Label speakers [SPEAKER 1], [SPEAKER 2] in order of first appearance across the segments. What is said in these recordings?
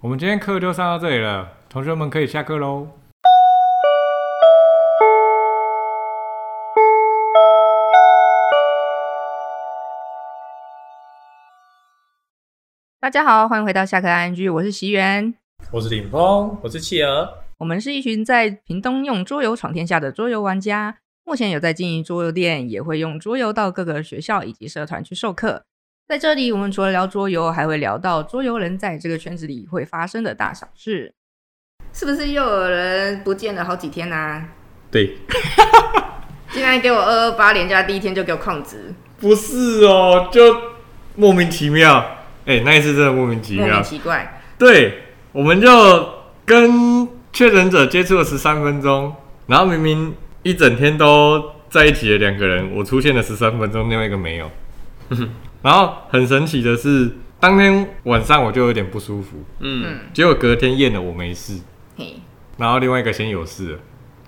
[SPEAKER 1] 我们今天课就上到这里了，同学们可以下课喽。
[SPEAKER 2] 大家好，欢迎回到下课 ING，我是席源。
[SPEAKER 3] 我是顶峰，我是企鹅。
[SPEAKER 2] 我们是一群在屏东用桌游闯天下的桌游玩家，目前有在经营桌游店，也会用桌游到各个学校以及社团去授课。在这里，我们除了聊桌游，还会聊到桌游人在这个圈子里会发生的大小事。是不是又有人不见了好几天啊？
[SPEAKER 3] 对，
[SPEAKER 2] 竟然给我二二八连假第一天就给我旷职，
[SPEAKER 3] 不是哦，就莫名其妙。哎、那一次真的莫名其
[SPEAKER 2] 莫
[SPEAKER 3] 妙
[SPEAKER 2] 名。其怪。
[SPEAKER 3] 对，我们就跟确诊者接触了十三分钟，然后明明一整天都在一起的两个人，我出现了十三分钟，另外一个没有。然后很神奇的是，当天晚上我就有点不舒服，
[SPEAKER 4] 嗯，
[SPEAKER 2] 嗯，
[SPEAKER 3] 结果隔天验了我没事，
[SPEAKER 2] 嘿，
[SPEAKER 3] 然后另外一个先有事了，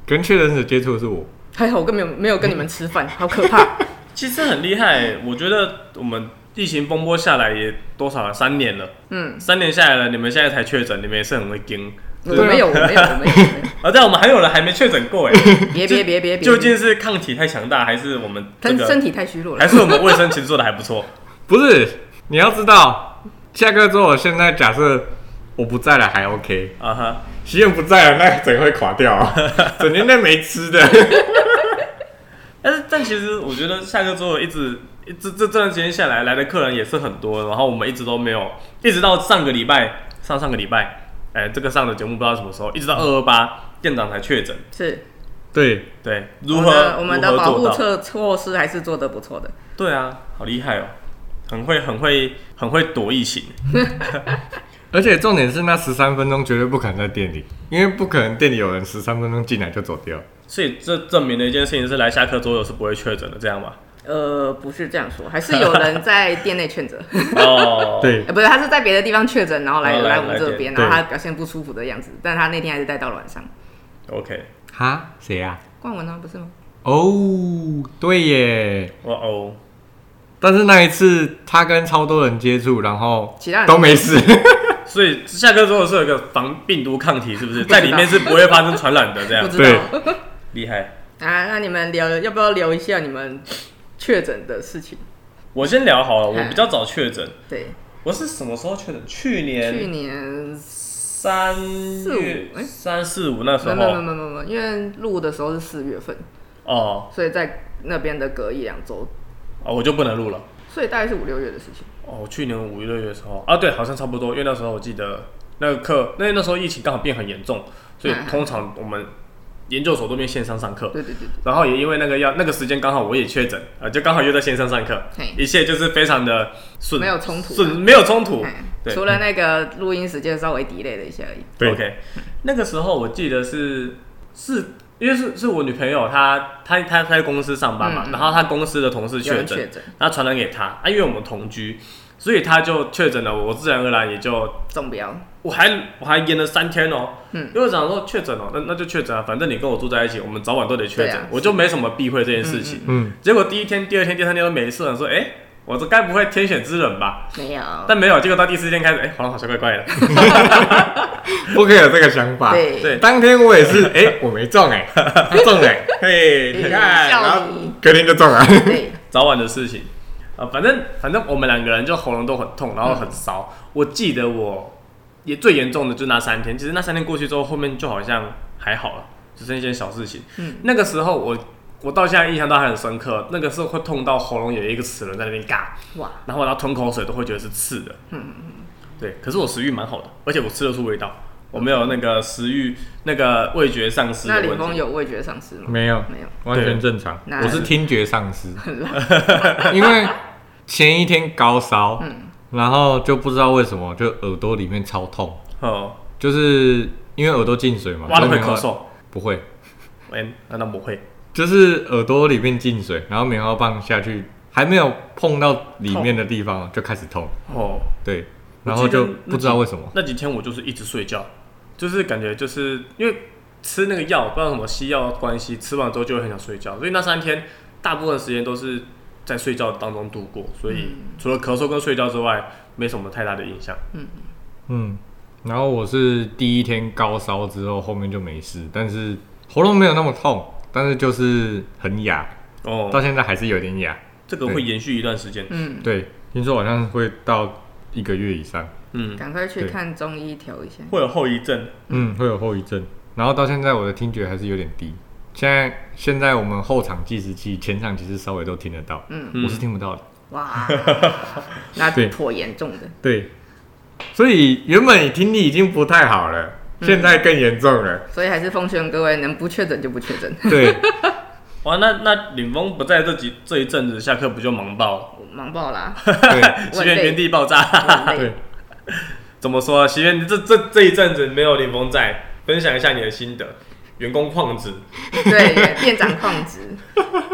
[SPEAKER 3] 跟确诊者接触的是我。
[SPEAKER 2] 还好我根本没有没有跟你们吃饭，好可 怕。
[SPEAKER 4] 其实很厉害。我觉得我们疫情风波下来也多少了，三年了，
[SPEAKER 2] 嗯，
[SPEAKER 4] 三年下来了，你们现在才确诊，你们也是很会盯。
[SPEAKER 2] 我没有，我没有，我没有。
[SPEAKER 4] 而在我们还有人还没确诊过哎，
[SPEAKER 2] 别别别别别！
[SPEAKER 4] 究竟是抗体太强大，还是我们这
[SPEAKER 2] 身身
[SPEAKER 4] 个，
[SPEAKER 2] 体太虚弱了
[SPEAKER 4] 还。是我们卫生其实做的还不错？
[SPEAKER 3] 不是，你要知道，下课之后，我现在假设我不在了还 OK，
[SPEAKER 4] 啊哈，
[SPEAKER 3] 席燕不在了，那整会垮掉、 啊，整天在没吃 的。
[SPEAKER 4] 但是但其实我觉得下课之后一直。一这这这段时间下来，来的客人也是很多，然后我们一直都没有，一直到上个礼拜、上上个礼拜，哎、这个上的节目不知道什么时候，一直到二二八店长才确诊。
[SPEAKER 2] 是，
[SPEAKER 3] 对，
[SPEAKER 4] 对，如
[SPEAKER 2] 我
[SPEAKER 4] 何
[SPEAKER 2] 们的我们的
[SPEAKER 4] 如何
[SPEAKER 2] 保
[SPEAKER 4] 做
[SPEAKER 2] 护
[SPEAKER 4] 到
[SPEAKER 2] 措措施还是做得不错的。
[SPEAKER 4] 对啊，好厉害哦，很会很会很会躲疫情。
[SPEAKER 3] 而且重点是那十三分钟绝对不可能在店里，因为不可能店里有人十三分钟进来就走掉。
[SPEAKER 4] 所以这证明了一件事情是来下课桌游是不会确诊的，这样吧？
[SPEAKER 2] 呃，不是这样说，还是有人在店内确 诊，
[SPEAKER 4] 哦，，
[SPEAKER 3] 对
[SPEAKER 2] 呃，不是，他是在别的地方确诊，然后来
[SPEAKER 4] 哦来
[SPEAKER 2] 我们这边，
[SPEAKER 3] 来
[SPEAKER 2] 然后他表现不舒服的样子，但他那天还是待到了晚上。
[SPEAKER 4] ，OK，
[SPEAKER 3] 哈，谁啊？
[SPEAKER 2] 冠文呢？不是吗？
[SPEAKER 3] 哦，对耶。
[SPEAKER 4] 哇哦，
[SPEAKER 3] 但是那一次他跟超多人接触，然后
[SPEAKER 2] 其他人
[SPEAKER 3] 都没事。
[SPEAKER 4] 所以下课桌游是有一个防病毒抗体，是不是在里面是不会发生传染的？这
[SPEAKER 2] 不
[SPEAKER 4] 样
[SPEAKER 2] 知道
[SPEAKER 4] 厉害。
[SPEAKER 2] 啊。那你们聊，要不要聊一下你们确诊的事情？
[SPEAKER 4] 我先聊好了，我
[SPEAKER 2] 嗯
[SPEAKER 4] 比较早确诊，
[SPEAKER 2] 对，
[SPEAKER 4] 我是什么时候确诊？
[SPEAKER 2] 去
[SPEAKER 4] 去年
[SPEAKER 2] 年
[SPEAKER 4] 三
[SPEAKER 2] 五
[SPEAKER 4] 月
[SPEAKER 2] 哎
[SPEAKER 4] 三四五那时
[SPEAKER 2] 没没没
[SPEAKER 4] 候
[SPEAKER 2] 没没没，因为录的时候是四月份，
[SPEAKER 4] 哦，
[SPEAKER 2] 所以在那边的隔一两周，
[SPEAKER 4] 哦我就不能录了。
[SPEAKER 2] 所以大概是五六月的事情。
[SPEAKER 4] 哦，去年五六月的时候啊，对，好像差不多，因为那时候我记得那个课，那那时候疫情刚好变很严重，所以
[SPEAKER 2] 嗯
[SPEAKER 4] 通常我们研究所都变线上上课，
[SPEAKER 2] 对对对对，
[SPEAKER 4] 然后也因为那个要那个时间刚好我也确诊，啊，就刚好又在线上上课
[SPEAKER 2] 嘿，
[SPEAKER 4] 一切就是非常的顺，
[SPEAKER 2] 没有冲突啊
[SPEAKER 4] 顺没有冲突
[SPEAKER 2] 哎，
[SPEAKER 4] 嗯对
[SPEAKER 2] 除了那个录音时间稍微 delay 了一下而已。
[SPEAKER 3] 对
[SPEAKER 4] o k 那个时候我记得是是。因为是是我女朋友她，她她她在公司上班嘛，
[SPEAKER 2] 嗯嗯
[SPEAKER 4] 然后她公司的同事
[SPEAKER 2] 有
[SPEAKER 4] 确
[SPEAKER 2] 人
[SPEAKER 4] 诊，
[SPEAKER 2] 确诊，
[SPEAKER 4] 她传染给她，啊，因为我们同居，所以她就确诊了我，我自然而然也就
[SPEAKER 2] 中标，
[SPEAKER 4] 我还我还延了三天哦、
[SPEAKER 2] 嗯
[SPEAKER 4] 因为我想说确诊哦，那那就确诊啊，反正你跟我住在一起，我们早晚都得确诊，
[SPEAKER 2] 对啊
[SPEAKER 4] 我就没什么避讳这件事情。
[SPEAKER 3] 嗯，
[SPEAKER 4] 结果第一天、第二天、第三天都没事，我想说哎、我这该不会天选之人吧？
[SPEAKER 2] 没有。
[SPEAKER 4] 但没有，结果到第四天开始，哎、好像好像怪怪的。
[SPEAKER 3] 不可以有这个想法。
[SPEAKER 2] 对
[SPEAKER 4] 对
[SPEAKER 3] 当天我也是， 哎、我没中 哎、他中哎、嘿，你看，
[SPEAKER 2] 笑
[SPEAKER 3] 然后
[SPEAKER 2] 你
[SPEAKER 3] 隔天就中了。
[SPEAKER 2] 对，
[SPEAKER 4] 早晚的事情啊、反正反正我们两个人就喉咙都很痛，然后很烧。我记得我也最严重的就那三天，其实那三天过去之后，后面就好像还好了，只剩一些小事情。
[SPEAKER 2] 嗯，
[SPEAKER 4] 那个时候我我到现在印象都还很深刻，那个时候会痛到喉咙有一个齿轮在那边嘎，
[SPEAKER 2] 哇，
[SPEAKER 4] 然后我要吞口水都会觉得是刺的。嗯对，可是我食欲蛮好的，而且我吃得出味道，我没有那个食欲那个味觉丧失的
[SPEAKER 2] 那
[SPEAKER 4] 问题。
[SPEAKER 2] 李峰有味觉丧失吗？
[SPEAKER 3] 没有，
[SPEAKER 2] 没有，
[SPEAKER 3] 完全正常。
[SPEAKER 2] 那
[SPEAKER 3] 我是听觉丧 失，因为前一天高烧，然后就不知道为什么就耳朵里面超痛，
[SPEAKER 4] 哦，
[SPEAKER 3] 就是因为耳朵进水嘛，
[SPEAKER 4] 挖了会
[SPEAKER 3] 就没有
[SPEAKER 4] 咳嗽。
[SPEAKER 3] 不会，
[SPEAKER 4] 哎、那那不会。
[SPEAKER 3] 就是耳朵里面进水，然后棉花棒下去还没有碰到里面的地方就开始痛，
[SPEAKER 4] 哦，
[SPEAKER 3] 对，
[SPEAKER 4] 我
[SPEAKER 3] 然后
[SPEAKER 4] 记得
[SPEAKER 3] 就
[SPEAKER 4] 那
[SPEAKER 3] 不知道为什么，
[SPEAKER 4] 那几天我就是一直睡觉，就是感觉就是因为吃那个药，不知道什么西药的关系，吃完之后就会很想睡觉，所以那三天大部分时间都是在睡觉当中度过，所以除了咳嗽跟睡觉之外，没什么太大的影响。
[SPEAKER 3] 嗯，然后我是第一天高烧之后，后面就没事，但是喉咙没有那么痛，但是就是很哑，到
[SPEAKER 4] 哦，
[SPEAKER 3] 现在还是有点哑。
[SPEAKER 4] 这个会延续一段时间。
[SPEAKER 2] 嗯，
[SPEAKER 3] 对，听说好像会到一个月以上，
[SPEAKER 4] 嗯，
[SPEAKER 2] 赶快去
[SPEAKER 3] 对
[SPEAKER 2] 看中医调一下。
[SPEAKER 4] 会有后遗症。
[SPEAKER 3] 嗯，会有后遗症。然后到现在我的听觉还是有点低，现在现在我们后场计时器、前场其实稍微都听得到，
[SPEAKER 2] 嗯，
[SPEAKER 3] 我是听不到的。
[SPEAKER 2] 哇， 那
[SPEAKER 3] 对
[SPEAKER 2] 颇严重的。
[SPEAKER 3] 对，所以原本听力已经不太好了，现在更严重 了。
[SPEAKER 2] 所以还是奉劝各位，能不确诊就不确 诊。
[SPEAKER 3] 对，
[SPEAKER 4] 哇，那那领峰不在这几这一阵子，下课不就忙爆了？
[SPEAKER 2] 我忙爆啦，
[SPEAKER 3] 对，
[SPEAKER 2] 我很
[SPEAKER 4] 西
[SPEAKER 2] 累
[SPEAKER 4] 边原地爆
[SPEAKER 2] 我
[SPEAKER 4] 炸。
[SPEAKER 2] 很累
[SPEAKER 3] 对。
[SPEAKER 4] 怎么说啊？西边这这这一阵子没有领峰在，分享一下你的心得。员工旷职，
[SPEAKER 2] 对，也店长旷职，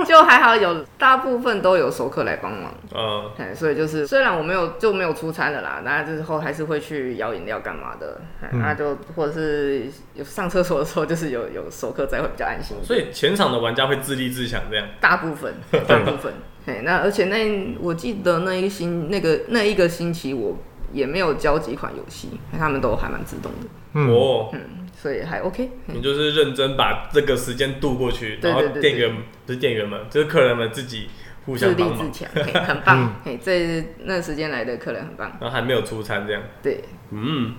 [SPEAKER 2] 就还好有大部分都有熟客来帮忙。
[SPEAKER 4] 嗯，
[SPEAKER 2] 哎，所以就是虽然我没有就没有出餐的啦，那之后还是会去摇饮料干嘛的，哎
[SPEAKER 4] 嗯
[SPEAKER 2] 那、就或者是有上厕所的时候，就是有有熟客在会比较安心一点。
[SPEAKER 4] 所以前场的玩家会自立自强这样。
[SPEAKER 2] 大部 分，大部分，哎，那而且那我记得那一星那个那一个星期我也没有教几款游戏，他们都还蛮自动的，
[SPEAKER 3] 嗯，
[SPEAKER 4] 哦，
[SPEAKER 2] 所以还 OK 嘿。
[SPEAKER 4] 你就是认真把这个时间度过去，
[SPEAKER 2] 嗯对
[SPEAKER 4] 然后
[SPEAKER 2] 对对
[SPEAKER 4] 店
[SPEAKER 2] 对
[SPEAKER 4] 员不是店员们，就是客人们自己互
[SPEAKER 2] 自
[SPEAKER 4] 相
[SPEAKER 2] 立
[SPEAKER 4] 帮忙嗯
[SPEAKER 2] 自，强，嘿很 棒。嘿，这那时间来的客人很棒，
[SPEAKER 4] 然后还没有出餐这样。
[SPEAKER 2] 对，
[SPEAKER 4] 嗯，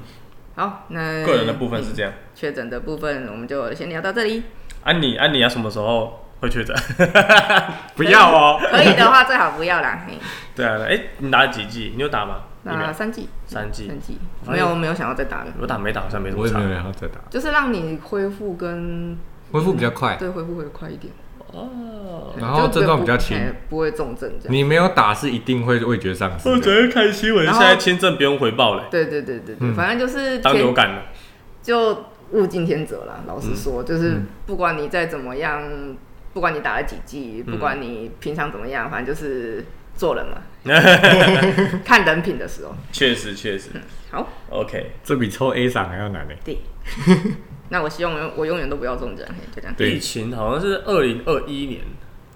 [SPEAKER 2] 好，那
[SPEAKER 4] 个人的部分是这样。
[SPEAKER 2] 确诊的部分，我们就先聊到这里。
[SPEAKER 4] 安妮，安妮要什么时候会确诊？
[SPEAKER 3] 不要哦。
[SPEAKER 2] 可以的话，最好不要啦。嘿，
[SPEAKER 4] 对啊，哎、你打了几剂？你有打吗？疫
[SPEAKER 2] 那
[SPEAKER 4] 苗？
[SPEAKER 2] 三季，
[SPEAKER 4] 三剂
[SPEAKER 2] 三季，没有没有想要再打了，
[SPEAKER 4] 我打没打好像没什
[SPEAKER 3] 我
[SPEAKER 4] 么
[SPEAKER 3] 也
[SPEAKER 4] 差
[SPEAKER 3] 没。有要再打，
[SPEAKER 2] 就是让你恢复跟
[SPEAKER 3] 恢复比较快，
[SPEAKER 2] 对恢复会快一点，
[SPEAKER 4] 哦，
[SPEAKER 3] 然后
[SPEAKER 2] 就
[SPEAKER 3] 症状
[SPEAKER 2] 不
[SPEAKER 3] 比较轻。
[SPEAKER 2] 哎不会重症这样。
[SPEAKER 3] 你没有打是一定会味觉丧失
[SPEAKER 4] 我哦昨
[SPEAKER 3] 的。
[SPEAKER 4] 天看新闻，
[SPEAKER 2] 然
[SPEAKER 4] 现
[SPEAKER 2] 后
[SPEAKER 4] 在签证不用回报嘞，
[SPEAKER 2] 对对对对对，
[SPEAKER 3] 嗯
[SPEAKER 2] 反正就是
[SPEAKER 4] 当流
[SPEAKER 2] 天
[SPEAKER 4] 感了。
[SPEAKER 2] 就物竞天择啦。老实
[SPEAKER 3] 嗯
[SPEAKER 2] 说，就是不管你再怎么样，不管你打了几剂，不
[SPEAKER 3] 嗯
[SPEAKER 2] 管你平常怎么样，反正就是做人 嘛，看人品的时候。
[SPEAKER 4] 确实确
[SPEAKER 2] 嗯
[SPEAKER 4] 实
[SPEAKER 2] 好，
[SPEAKER 4] ，OK，
[SPEAKER 3] 这比抽 A 赏还要难呢。欸
[SPEAKER 2] 对。那我希望我我永远都不要中奖，嘿就这样。
[SPEAKER 3] 对
[SPEAKER 4] 疫情好像是二零二一年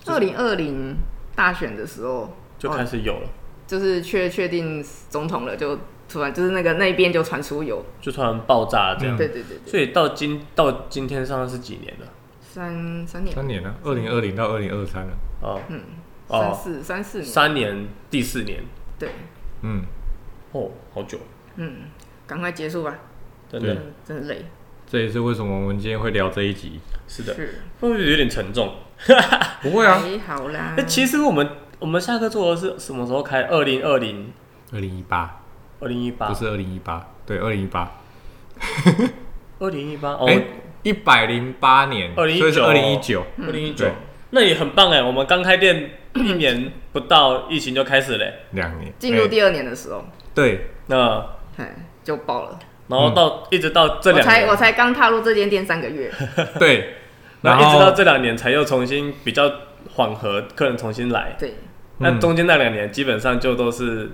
[SPEAKER 2] 二零二零大选的时候
[SPEAKER 4] 就开始有了，
[SPEAKER 2] 哦就是确确定总统了，就突然就是那个那一边就传出有，
[SPEAKER 4] 就突然爆炸这样。
[SPEAKER 2] 对对对对，
[SPEAKER 4] 所以到今到今天上是几年了？
[SPEAKER 2] 三三年，
[SPEAKER 3] 三年了，二零二零到二零二三啊了。
[SPEAKER 4] 哦，
[SPEAKER 2] 嗯，
[SPEAKER 4] 哦
[SPEAKER 2] 三四三四年，
[SPEAKER 4] 三年，第四年，
[SPEAKER 2] 对，
[SPEAKER 3] 嗯，
[SPEAKER 4] 哦，好久，
[SPEAKER 2] 嗯，赶快结束吧，
[SPEAKER 4] 真的
[SPEAKER 3] 对
[SPEAKER 2] 嗯真累，
[SPEAKER 3] 这也是为什么我们今天会聊这一集。
[SPEAKER 4] 是的，
[SPEAKER 2] 是，
[SPEAKER 4] 会不会有点沉重？
[SPEAKER 3] 不会啊，
[SPEAKER 2] 还好啦
[SPEAKER 4] 那，哎其实我们我们下课做的是什么时候开？二零二零、
[SPEAKER 3] 二零一八
[SPEAKER 4] 二零一八
[SPEAKER 3] 不，是二零一八，对，二零一八。
[SPEAKER 4] 二零一八哦，
[SPEAKER 3] 哎，一百零八年，所
[SPEAKER 4] 2019
[SPEAKER 3] 以是二零一九。
[SPEAKER 2] 嗯
[SPEAKER 4] 二零一九
[SPEAKER 3] 对，
[SPEAKER 4] 那也很棒哎。我们刚开店一年不到，疫情就开始嘞。
[SPEAKER 3] 两年
[SPEAKER 2] 进入
[SPEAKER 3] 哎
[SPEAKER 2] 第二年的时候，
[SPEAKER 3] 对，
[SPEAKER 4] 那
[SPEAKER 2] 哎，就爆了，
[SPEAKER 4] 然后
[SPEAKER 3] 嗯
[SPEAKER 4] 到一直到这
[SPEAKER 2] 我
[SPEAKER 4] 两
[SPEAKER 2] 才我
[SPEAKER 4] 年，
[SPEAKER 2] 才刚踏入这间店三个 月，
[SPEAKER 3] 对，然
[SPEAKER 4] 然后一直到
[SPEAKER 3] 后
[SPEAKER 4] 这两年才又重新比较缓和，客人重新来。
[SPEAKER 2] 对，
[SPEAKER 4] 那中间那两年基本上就都是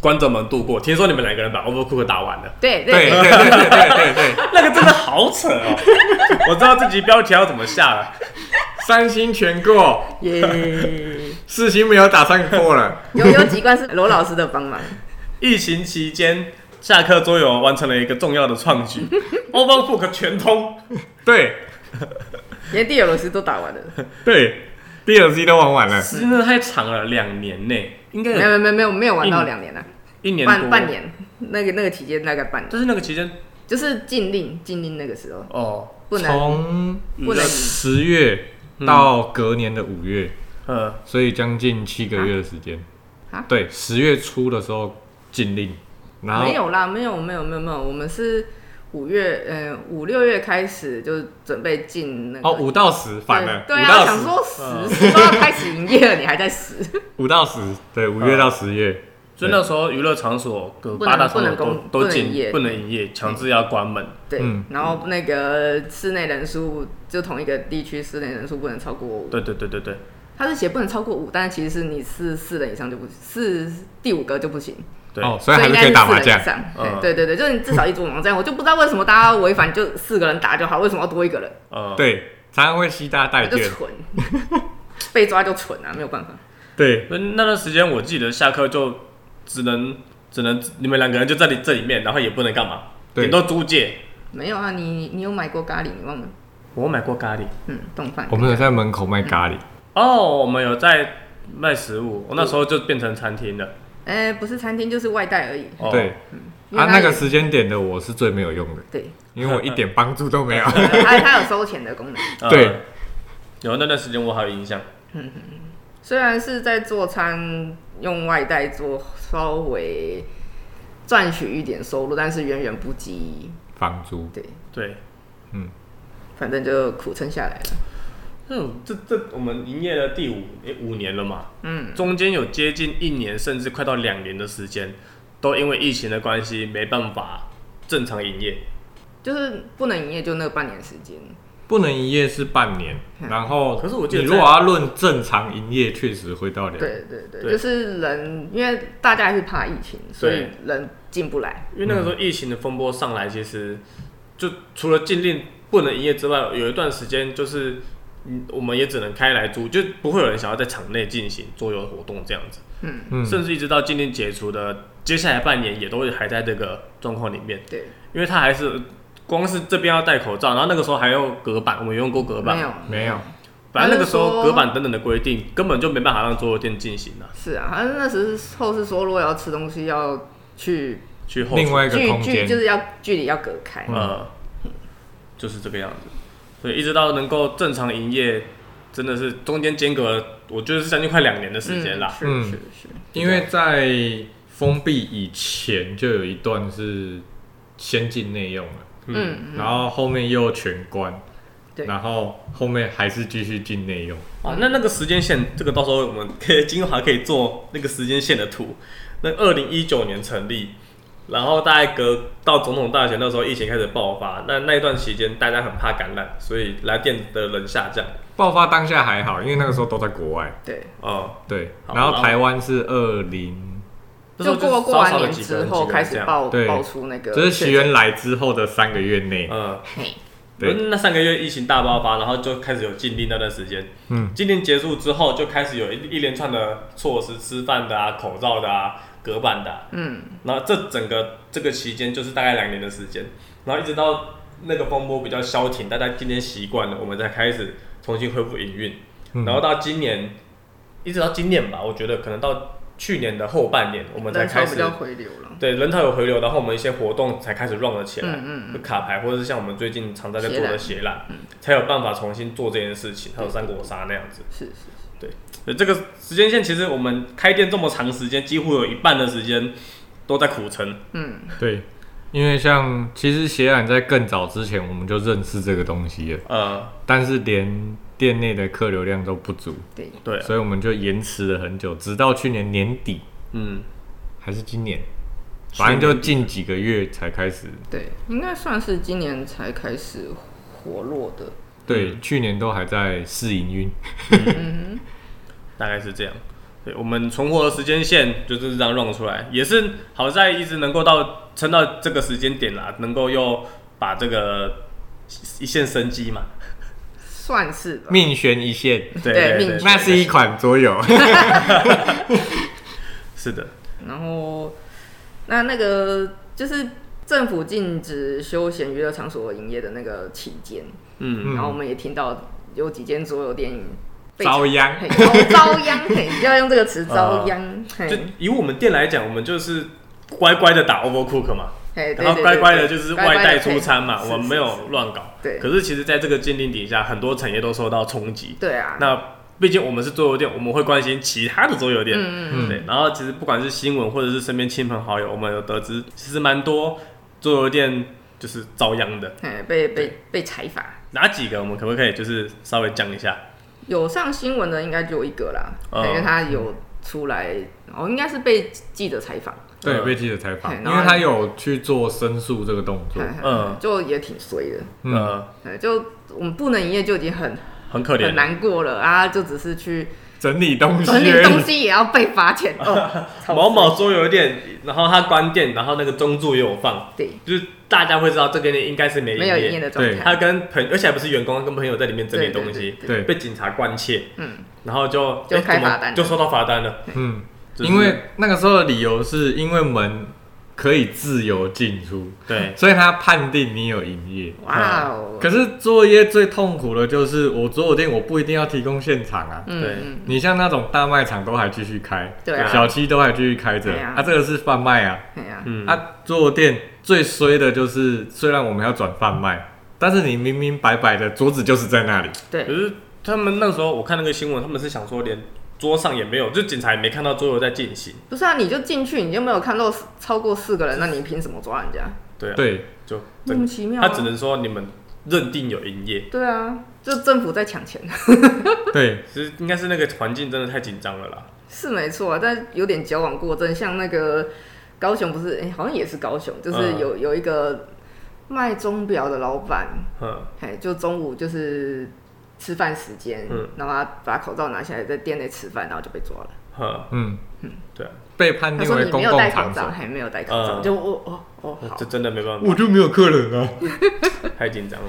[SPEAKER 4] 观众们度过。听说你们两个人把 Overcook 打完了，
[SPEAKER 2] 对
[SPEAKER 3] 对对对
[SPEAKER 2] 对，
[SPEAKER 3] 对对对对，
[SPEAKER 4] 那个真的好扯哦！ 我知道这集标题要怎么下了。
[SPEAKER 3] 三星全过，
[SPEAKER 2] 耶，
[SPEAKER 3] 四星没有打算过了。
[SPEAKER 2] 有有几关是 罗老师的帮忙，
[SPEAKER 4] 疫情期间，下课桌游完成了一个重要的创 举，Overcook 全通。
[SPEAKER 3] 对
[SPEAKER 2] 连第二老师都打完了，
[SPEAKER 4] 嗯
[SPEAKER 3] 对，DLC 都玩完了，
[SPEAKER 4] 时间真的太长了，两年内应该
[SPEAKER 2] 没
[SPEAKER 4] 有
[SPEAKER 2] 有没有没有没有玩到两年了，
[SPEAKER 4] 一年嗯多
[SPEAKER 2] 半半，年，那个那个期间大概半年。
[SPEAKER 4] 就是那个期间
[SPEAKER 2] 就是禁令，禁令那个时候
[SPEAKER 4] 哦，
[SPEAKER 2] 不能
[SPEAKER 3] 从
[SPEAKER 2] 不能
[SPEAKER 3] 十月到隔年的五月，
[SPEAKER 4] 呃，
[SPEAKER 3] 所以将近七个月的时间
[SPEAKER 2] 啊。
[SPEAKER 3] 对，十月初的时候禁令，然
[SPEAKER 2] 没
[SPEAKER 3] 后
[SPEAKER 2] 有啦，没有没有没有没有，我们是五月呃五六月开始就准备进那个
[SPEAKER 3] 哦五到十反了，五
[SPEAKER 2] 对啊，
[SPEAKER 3] 到
[SPEAKER 2] 想
[SPEAKER 3] 十嗯
[SPEAKER 2] 说十十都要开始营业了，你还在十，
[SPEAKER 3] 五到十，对，五月到十月，
[SPEAKER 4] 所以那时候娱乐场所各
[SPEAKER 2] 不能
[SPEAKER 4] 八大场
[SPEAKER 2] 不
[SPEAKER 4] 所都
[SPEAKER 2] 能公
[SPEAKER 4] 都
[SPEAKER 2] 不能营业
[SPEAKER 4] 禁，不能营业，强制要关门。
[SPEAKER 2] 对
[SPEAKER 3] 嗯，
[SPEAKER 2] 然后那个室内人数就同一个地区室内人数不能超过五，
[SPEAKER 4] 对对对对对，
[SPEAKER 2] 他是写不能超过五，但是其实是你是四人以上就不四第五个就不行，
[SPEAKER 4] 对
[SPEAKER 3] 哦，所以还是
[SPEAKER 2] 应该
[SPEAKER 3] 可
[SPEAKER 2] 是
[SPEAKER 3] 以打麻
[SPEAKER 2] 四人
[SPEAKER 3] 将
[SPEAKER 2] 以。上，
[SPEAKER 4] 嗯
[SPEAKER 2] 对对对，就是你至少一桌麻将，我就不知道为什么大家违反就四个人打就好，为什么要多一个人？
[SPEAKER 4] 呃，
[SPEAKER 3] 对，常常会吸大家带
[SPEAKER 2] 就
[SPEAKER 3] 卷。
[SPEAKER 2] 蠢，被抓就蠢啊，没有办法。
[SPEAKER 3] 对，
[SPEAKER 4] 所以那段时间我记得下课就只能只能你们两个人就在里这里面，然后也不能干嘛，
[SPEAKER 3] 对
[SPEAKER 4] 顶多租借。
[SPEAKER 2] 没有啊，你你有买过咖喱？你忘了？
[SPEAKER 4] 我买过咖喱
[SPEAKER 2] 嗯，冻饭。
[SPEAKER 3] 我们有在门口卖咖喱，
[SPEAKER 4] 哦，我们有在卖食物，我那时候就变成餐厅了。
[SPEAKER 2] 哎、不是餐厅就是外带而已。
[SPEAKER 4] 哦，
[SPEAKER 3] 对
[SPEAKER 2] 因为
[SPEAKER 3] 啊，那个
[SPEAKER 2] 也
[SPEAKER 3] 时间点的我是最没有用的，
[SPEAKER 2] 对，
[SPEAKER 3] 因为我一点帮助都没 有。
[SPEAKER 2] 它它有收钱的功能。
[SPEAKER 4] 呃
[SPEAKER 3] 对，
[SPEAKER 4] 有那段时间我还有印象。
[SPEAKER 2] 虽然是在做餐用外带做，稍微赚取一点收入，但是远远不及。
[SPEAKER 3] 房租
[SPEAKER 2] 对，
[SPEAKER 4] 对，
[SPEAKER 2] 反正就苦撑下来了。
[SPEAKER 4] 嗯，这这我们营业了第五诶五年了嘛，
[SPEAKER 2] 嗯，
[SPEAKER 4] 中间有接近一年甚至快到两年的时间，都因为疫情的关系没办法正常营业。
[SPEAKER 2] 就是不能营业就那半年时间。
[SPEAKER 3] 不能营业是半年，
[SPEAKER 2] 嗯
[SPEAKER 3] 然后
[SPEAKER 4] 可是我记得
[SPEAKER 3] 你
[SPEAKER 4] 在
[SPEAKER 3] 如果要论正常营业，确实会到两年。
[SPEAKER 2] 对对对，
[SPEAKER 4] 对
[SPEAKER 2] 就是人，因为大家还是怕疫情，所以人进不来。
[SPEAKER 4] 因为那个时候疫情的风波上来，其实就除了禁令不能营业之外，有一段时间就是，嗯，我们也只能开来租，就不会有人想要在场内进行桌游活动这样子。
[SPEAKER 2] 嗯，
[SPEAKER 3] 嗯
[SPEAKER 4] 甚至一直到禁令解除的接下来半年，也都会还在这个状况里面，
[SPEAKER 2] 对，
[SPEAKER 4] 因为它还是光是这边要戴口罩，然后那个时候还用隔板，我们用过隔
[SPEAKER 2] 没
[SPEAKER 4] 板，
[SPEAKER 2] 有
[SPEAKER 3] 没有，
[SPEAKER 4] 哦反正那个时
[SPEAKER 2] 他
[SPEAKER 4] 候
[SPEAKER 2] 就说
[SPEAKER 4] 隔板等等的规定根本就没办法让桌游店进行了、
[SPEAKER 2] 是啊，反正那时候是说，如果要吃东西要去
[SPEAKER 4] 去后厨
[SPEAKER 3] 另外一个
[SPEAKER 2] 距
[SPEAKER 3] 空
[SPEAKER 2] 距
[SPEAKER 3] 间
[SPEAKER 2] 就是要距离要隔开。
[SPEAKER 4] 呃，就是这个样子。所以一直到能够正常营业，真的是中间间隔了，我觉得是将近快两年的时间啦。
[SPEAKER 2] 是
[SPEAKER 3] 嗯
[SPEAKER 2] 是是，
[SPEAKER 3] 因为在封闭以前就有一段是先进内用了，
[SPEAKER 4] 嗯
[SPEAKER 2] 嗯，
[SPEAKER 3] 然后后面又全关，
[SPEAKER 2] 对
[SPEAKER 3] 然后后面还是继续进内用。
[SPEAKER 4] 啊，那那个时间线，这个到时候我们可以精华可以做那个时间线的图。那二零一九年成立，然后大概隔到总统大选那时候疫情开始爆发，那那一段期间大家很怕感染，所以来店的人下降。
[SPEAKER 3] 爆发当下还好，因为那个时候都在国外，
[SPEAKER 2] 对，
[SPEAKER 4] 哦、
[SPEAKER 3] 对。
[SPEAKER 4] 好
[SPEAKER 3] 然
[SPEAKER 4] 然
[SPEAKER 3] 后
[SPEAKER 4] 后
[SPEAKER 3] 台湾是二零，
[SPEAKER 4] 那时
[SPEAKER 2] 就
[SPEAKER 4] 候
[SPEAKER 2] 过
[SPEAKER 4] 是
[SPEAKER 2] 过
[SPEAKER 4] 少
[SPEAKER 2] 完
[SPEAKER 4] 少的
[SPEAKER 2] 年
[SPEAKER 4] 几个
[SPEAKER 2] 之
[SPEAKER 4] 人
[SPEAKER 2] 后开始
[SPEAKER 4] 几个人这样
[SPEAKER 2] 爆
[SPEAKER 3] 对
[SPEAKER 2] 爆出那个确诊，
[SPEAKER 3] 就是许愿来之后的三个月内，
[SPEAKER 4] 嗯，
[SPEAKER 2] 嘿，
[SPEAKER 3] 对，
[SPEAKER 4] 嗯那三个月疫情大爆发，然后就开始有禁令那段时间。
[SPEAKER 3] 嗯，
[SPEAKER 4] 禁令结束之后，就开始有一一连串的措施，吃饭的啊、口罩的啊、隔板的、啊。
[SPEAKER 2] 嗯，
[SPEAKER 4] 然后这整个这个期间就是大概两年的时间，然后一直到那个风波比较消停，大家今天习惯了，我们才开始重新恢复营运。
[SPEAKER 3] 嗯
[SPEAKER 4] 然后到今年，一直到今年吧，我觉得可能到去年的后半年，我们才
[SPEAKER 2] 人
[SPEAKER 4] 开
[SPEAKER 2] 潮比
[SPEAKER 4] 始
[SPEAKER 2] 较回流了。
[SPEAKER 4] 对，人潮有回流，然后我们一些活动才开始 run 了起来，
[SPEAKER 2] 嗯
[SPEAKER 4] 就卡牌或者是像我们最近常在在做
[SPEAKER 2] 斜嗯
[SPEAKER 4] 的
[SPEAKER 2] 揽
[SPEAKER 4] 斜览，才有办法重新做这件事情，还有三国杀那样子。
[SPEAKER 2] 是是是，
[SPEAKER 4] 所以这个时间线，其实我们开店这么长时间，几乎有一半的时间都在苦撑。
[SPEAKER 2] 嗯，
[SPEAKER 3] 对。因为像其实血染在更早之前我们就认识这个东西了，
[SPEAKER 4] 呃，
[SPEAKER 3] 但是连店内的客流量都不足，
[SPEAKER 2] 对，
[SPEAKER 4] 对，啊
[SPEAKER 3] 所以我们就延迟了很久，直到去年年底
[SPEAKER 4] 嗯，
[SPEAKER 3] 还是今年，反正就近几个月才开始。
[SPEAKER 4] 嗯
[SPEAKER 2] 对，应该算是今年才开始活络的。
[SPEAKER 3] 对，去年都还在试营运。
[SPEAKER 4] 大概是这样。对，我们存活的时间线就是这样 run 出来，也是好在一直能够到撑到这个时间点啦，能够又把这个一线生机嘛。
[SPEAKER 2] 算是吧，
[SPEAKER 3] 命悬一线，
[SPEAKER 2] 对
[SPEAKER 4] 对对
[SPEAKER 2] 命
[SPEAKER 4] 对，
[SPEAKER 2] 悬
[SPEAKER 3] 那是一款桌游。
[SPEAKER 4] 是的，
[SPEAKER 2] 然后那那个就是政府禁止休闲娱乐场所营业的那个期间，
[SPEAKER 4] 嗯，
[SPEAKER 2] 然后我们也听到有几间桌游电影被
[SPEAKER 3] 遭殃
[SPEAKER 2] 嘿遭遭殃，嘿，要用这个词遭殃，嘿，
[SPEAKER 4] 哦就以我们店来讲，我们就是乖乖的打 Overcook 嘛，
[SPEAKER 2] 嘿，对
[SPEAKER 4] 然后
[SPEAKER 2] 对
[SPEAKER 4] 乖
[SPEAKER 2] 对
[SPEAKER 4] 乖的
[SPEAKER 2] 对
[SPEAKER 4] 就是
[SPEAKER 2] 乖
[SPEAKER 4] 外
[SPEAKER 2] 乖
[SPEAKER 4] 带
[SPEAKER 2] 地
[SPEAKER 4] 出
[SPEAKER 2] 配
[SPEAKER 4] 餐嘛，
[SPEAKER 2] 是
[SPEAKER 4] 我们
[SPEAKER 2] 是
[SPEAKER 4] 没
[SPEAKER 2] 是
[SPEAKER 4] 有乱搞。
[SPEAKER 2] 对
[SPEAKER 4] 可是其实在这个禁令底下，很多产业都受到冲击。
[SPEAKER 2] 对啊，
[SPEAKER 4] 那毕竟我们是桌游店，我们会关心其他的桌游店。
[SPEAKER 2] 嗯
[SPEAKER 3] 嗯
[SPEAKER 4] 对，然后其实不管是新闻或者是身边亲朋好友，我们有得知，其实蛮多桌游店就是遭殃的。
[SPEAKER 2] 嘿，被被被裁罚。
[SPEAKER 4] 哪几个我们可不可以就是稍微讲一下？
[SPEAKER 2] 有上新闻的应该就一个啦，
[SPEAKER 4] 嗯
[SPEAKER 2] 因为他有出来，哦，应该是被记者采访，
[SPEAKER 3] 对，被记者采访，
[SPEAKER 2] 嘿
[SPEAKER 3] 因
[SPEAKER 2] 然后
[SPEAKER 3] 为他有去做申诉这个动作
[SPEAKER 2] 嘿。嘿
[SPEAKER 4] 嗯
[SPEAKER 2] 就也挺衰的，
[SPEAKER 3] 嗯，
[SPEAKER 4] 呃，
[SPEAKER 2] 嘿就我们不能营业就已经很
[SPEAKER 4] 很可
[SPEAKER 2] 很
[SPEAKER 4] 怜。，
[SPEAKER 2] 难过了啊，就只是去
[SPEAKER 3] 整理东西
[SPEAKER 2] 整理
[SPEAKER 3] 而
[SPEAKER 2] 东
[SPEAKER 3] 已。
[SPEAKER 2] 西也要被罚钱哦
[SPEAKER 4] 某某桌游店，然后他关店，然后那个中柱也有放，
[SPEAKER 2] 对
[SPEAKER 4] 就是大家会知道这个店应该是没营
[SPEAKER 2] 没有营业
[SPEAKER 4] 业，
[SPEAKER 2] 的状
[SPEAKER 3] 对
[SPEAKER 4] 他
[SPEAKER 2] 态，
[SPEAKER 4] 跟朋而且还不是员工，跟朋友在里面整理东西，
[SPEAKER 2] 对
[SPEAKER 3] 对，
[SPEAKER 4] 被警察关切，
[SPEAKER 2] 嗯，
[SPEAKER 4] 然后就
[SPEAKER 2] 就
[SPEAKER 4] 诶
[SPEAKER 2] 开
[SPEAKER 4] 怎么
[SPEAKER 2] 罚单了
[SPEAKER 4] 就收到罚单了。
[SPEAKER 3] 嗯，
[SPEAKER 4] 就是
[SPEAKER 3] 因为那个时候的理由是因为门可以自由进出，
[SPEAKER 4] 对，
[SPEAKER 3] 所以他判定你有营业。
[SPEAKER 2] 哇哦，
[SPEAKER 3] 可是作业最痛苦的就是我桌游店，我不一定要提供现场啊。
[SPEAKER 2] 嗯
[SPEAKER 4] 对
[SPEAKER 2] 嗯
[SPEAKER 3] 你像那种大卖场都还继续开，
[SPEAKER 2] 对啊
[SPEAKER 3] 小七都还继续开着
[SPEAKER 2] 对啊
[SPEAKER 3] 啊，这个是贩卖啊。
[SPEAKER 2] 哎呀，
[SPEAKER 4] 嗯，
[SPEAKER 3] 啊，桌游店最衰的就是，虽然我们要转贩卖，但是你明明白白的桌子就是在那里，
[SPEAKER 4] 可
[SPEAKER 2] 对，
[SPEAKER 4] 是他们那时候我看那个新闻，他们是想说连桌上也没有，就警察也没看到桌游在进行。
[SPEAKER 2] 不是啊，你就进去，你就没有看到四超过四个人，那你凭什么抓人家？
[SPEAKER 4] 对啊，
[SPEAKER 3] 对，
[SPEAKER 4] 就
[SPEAKER 2] 莫名其妙啊
[SPEAKER 4] 他只能说你们认定有营业，
[SPEAKER 2] 对啊，就政府在抢钱，
[SPEAKER 3] 对，
[SPEAKER 4] 其实应该是那个环境真的太紧张了啦。
[SPEAKER 2] 是没错啊，但有点矫枉过正，像那个高雄不是，哎、好像也是高雄，就是
[SPEAKER 4] 嗯
[SPEAKER 2] 有、有一个卖钟表的老板，
[SPEAKER 4] 嗯，
[SPEAKER 2] 哎，就中午就是吃饭时间，
[SPEAKER 4] 嗯
[SPEAKER 2] 然后他把口罩拿下来在店内吃饭，然后就被抓了。
[SPEAKER 4] 嗯，
[SPEAKER 3] 嗯，
[SPEAKER 4] 对啊，
[SPEAKER 3] 被判
[SPEAKER 2] 他
[SPEAKER 3] 定
[SPEAKER 2] 说
[SPEAKER 3] 为
[SPEAKER 2] 你没
[SPEAKER 3] 公
[SPEAKER 2] 有
[SPEAKER 3] 共
[SPEAKER 2] 戴口
[SPEAKER 3] 场
[SPEAKER 2] 罩，
[SPEAKER 3] 所，
[SPEAKER 2] 还没有戴口罩，
[SPEAKER 4] 嗯
[SPEAKER 2] 就哦哦哦，好
[SPEAKER 4] 这，真的没办法，
[SPEAKER 3] 我就没有客人啊。
[SPEAKER 4] 太紧张了。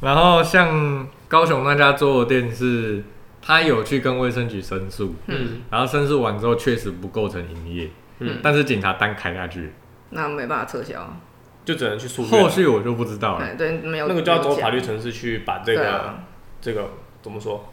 [SPEAKER 3] 然后像高雄那家桌游店是，他有去跟卫生局申诉，
[SPEAKER 4] 嗯
[SPEAKER 3] 然后申诉完之后确实不构成营业，
[SPEAKER 4] 嗯
[SPEAKER 3] 但是警察单开下去，
[SPEAKER 2] 那没办法撤销。
[SPEAKER 4] 就只能去诉
[SPEAKER 3] 后
[SPEAKER 4] 愿，
[SPEAKER 3] 续我就不知道了。
[SPEAKER 2] 哎，对，没有
[SPEAKER 4] 嗯那个就要走
[SPEAKER 2] 没有
[SPEAKER 4] 法律
[SPEAKER 2] 讲
[SPEAKER 4] 程序去把这
[SPEAKER 2] 对
[SPEAKER 4] 个
[SPEAKER 2] 啊，
[SPEAKER 4] 这个怎么说，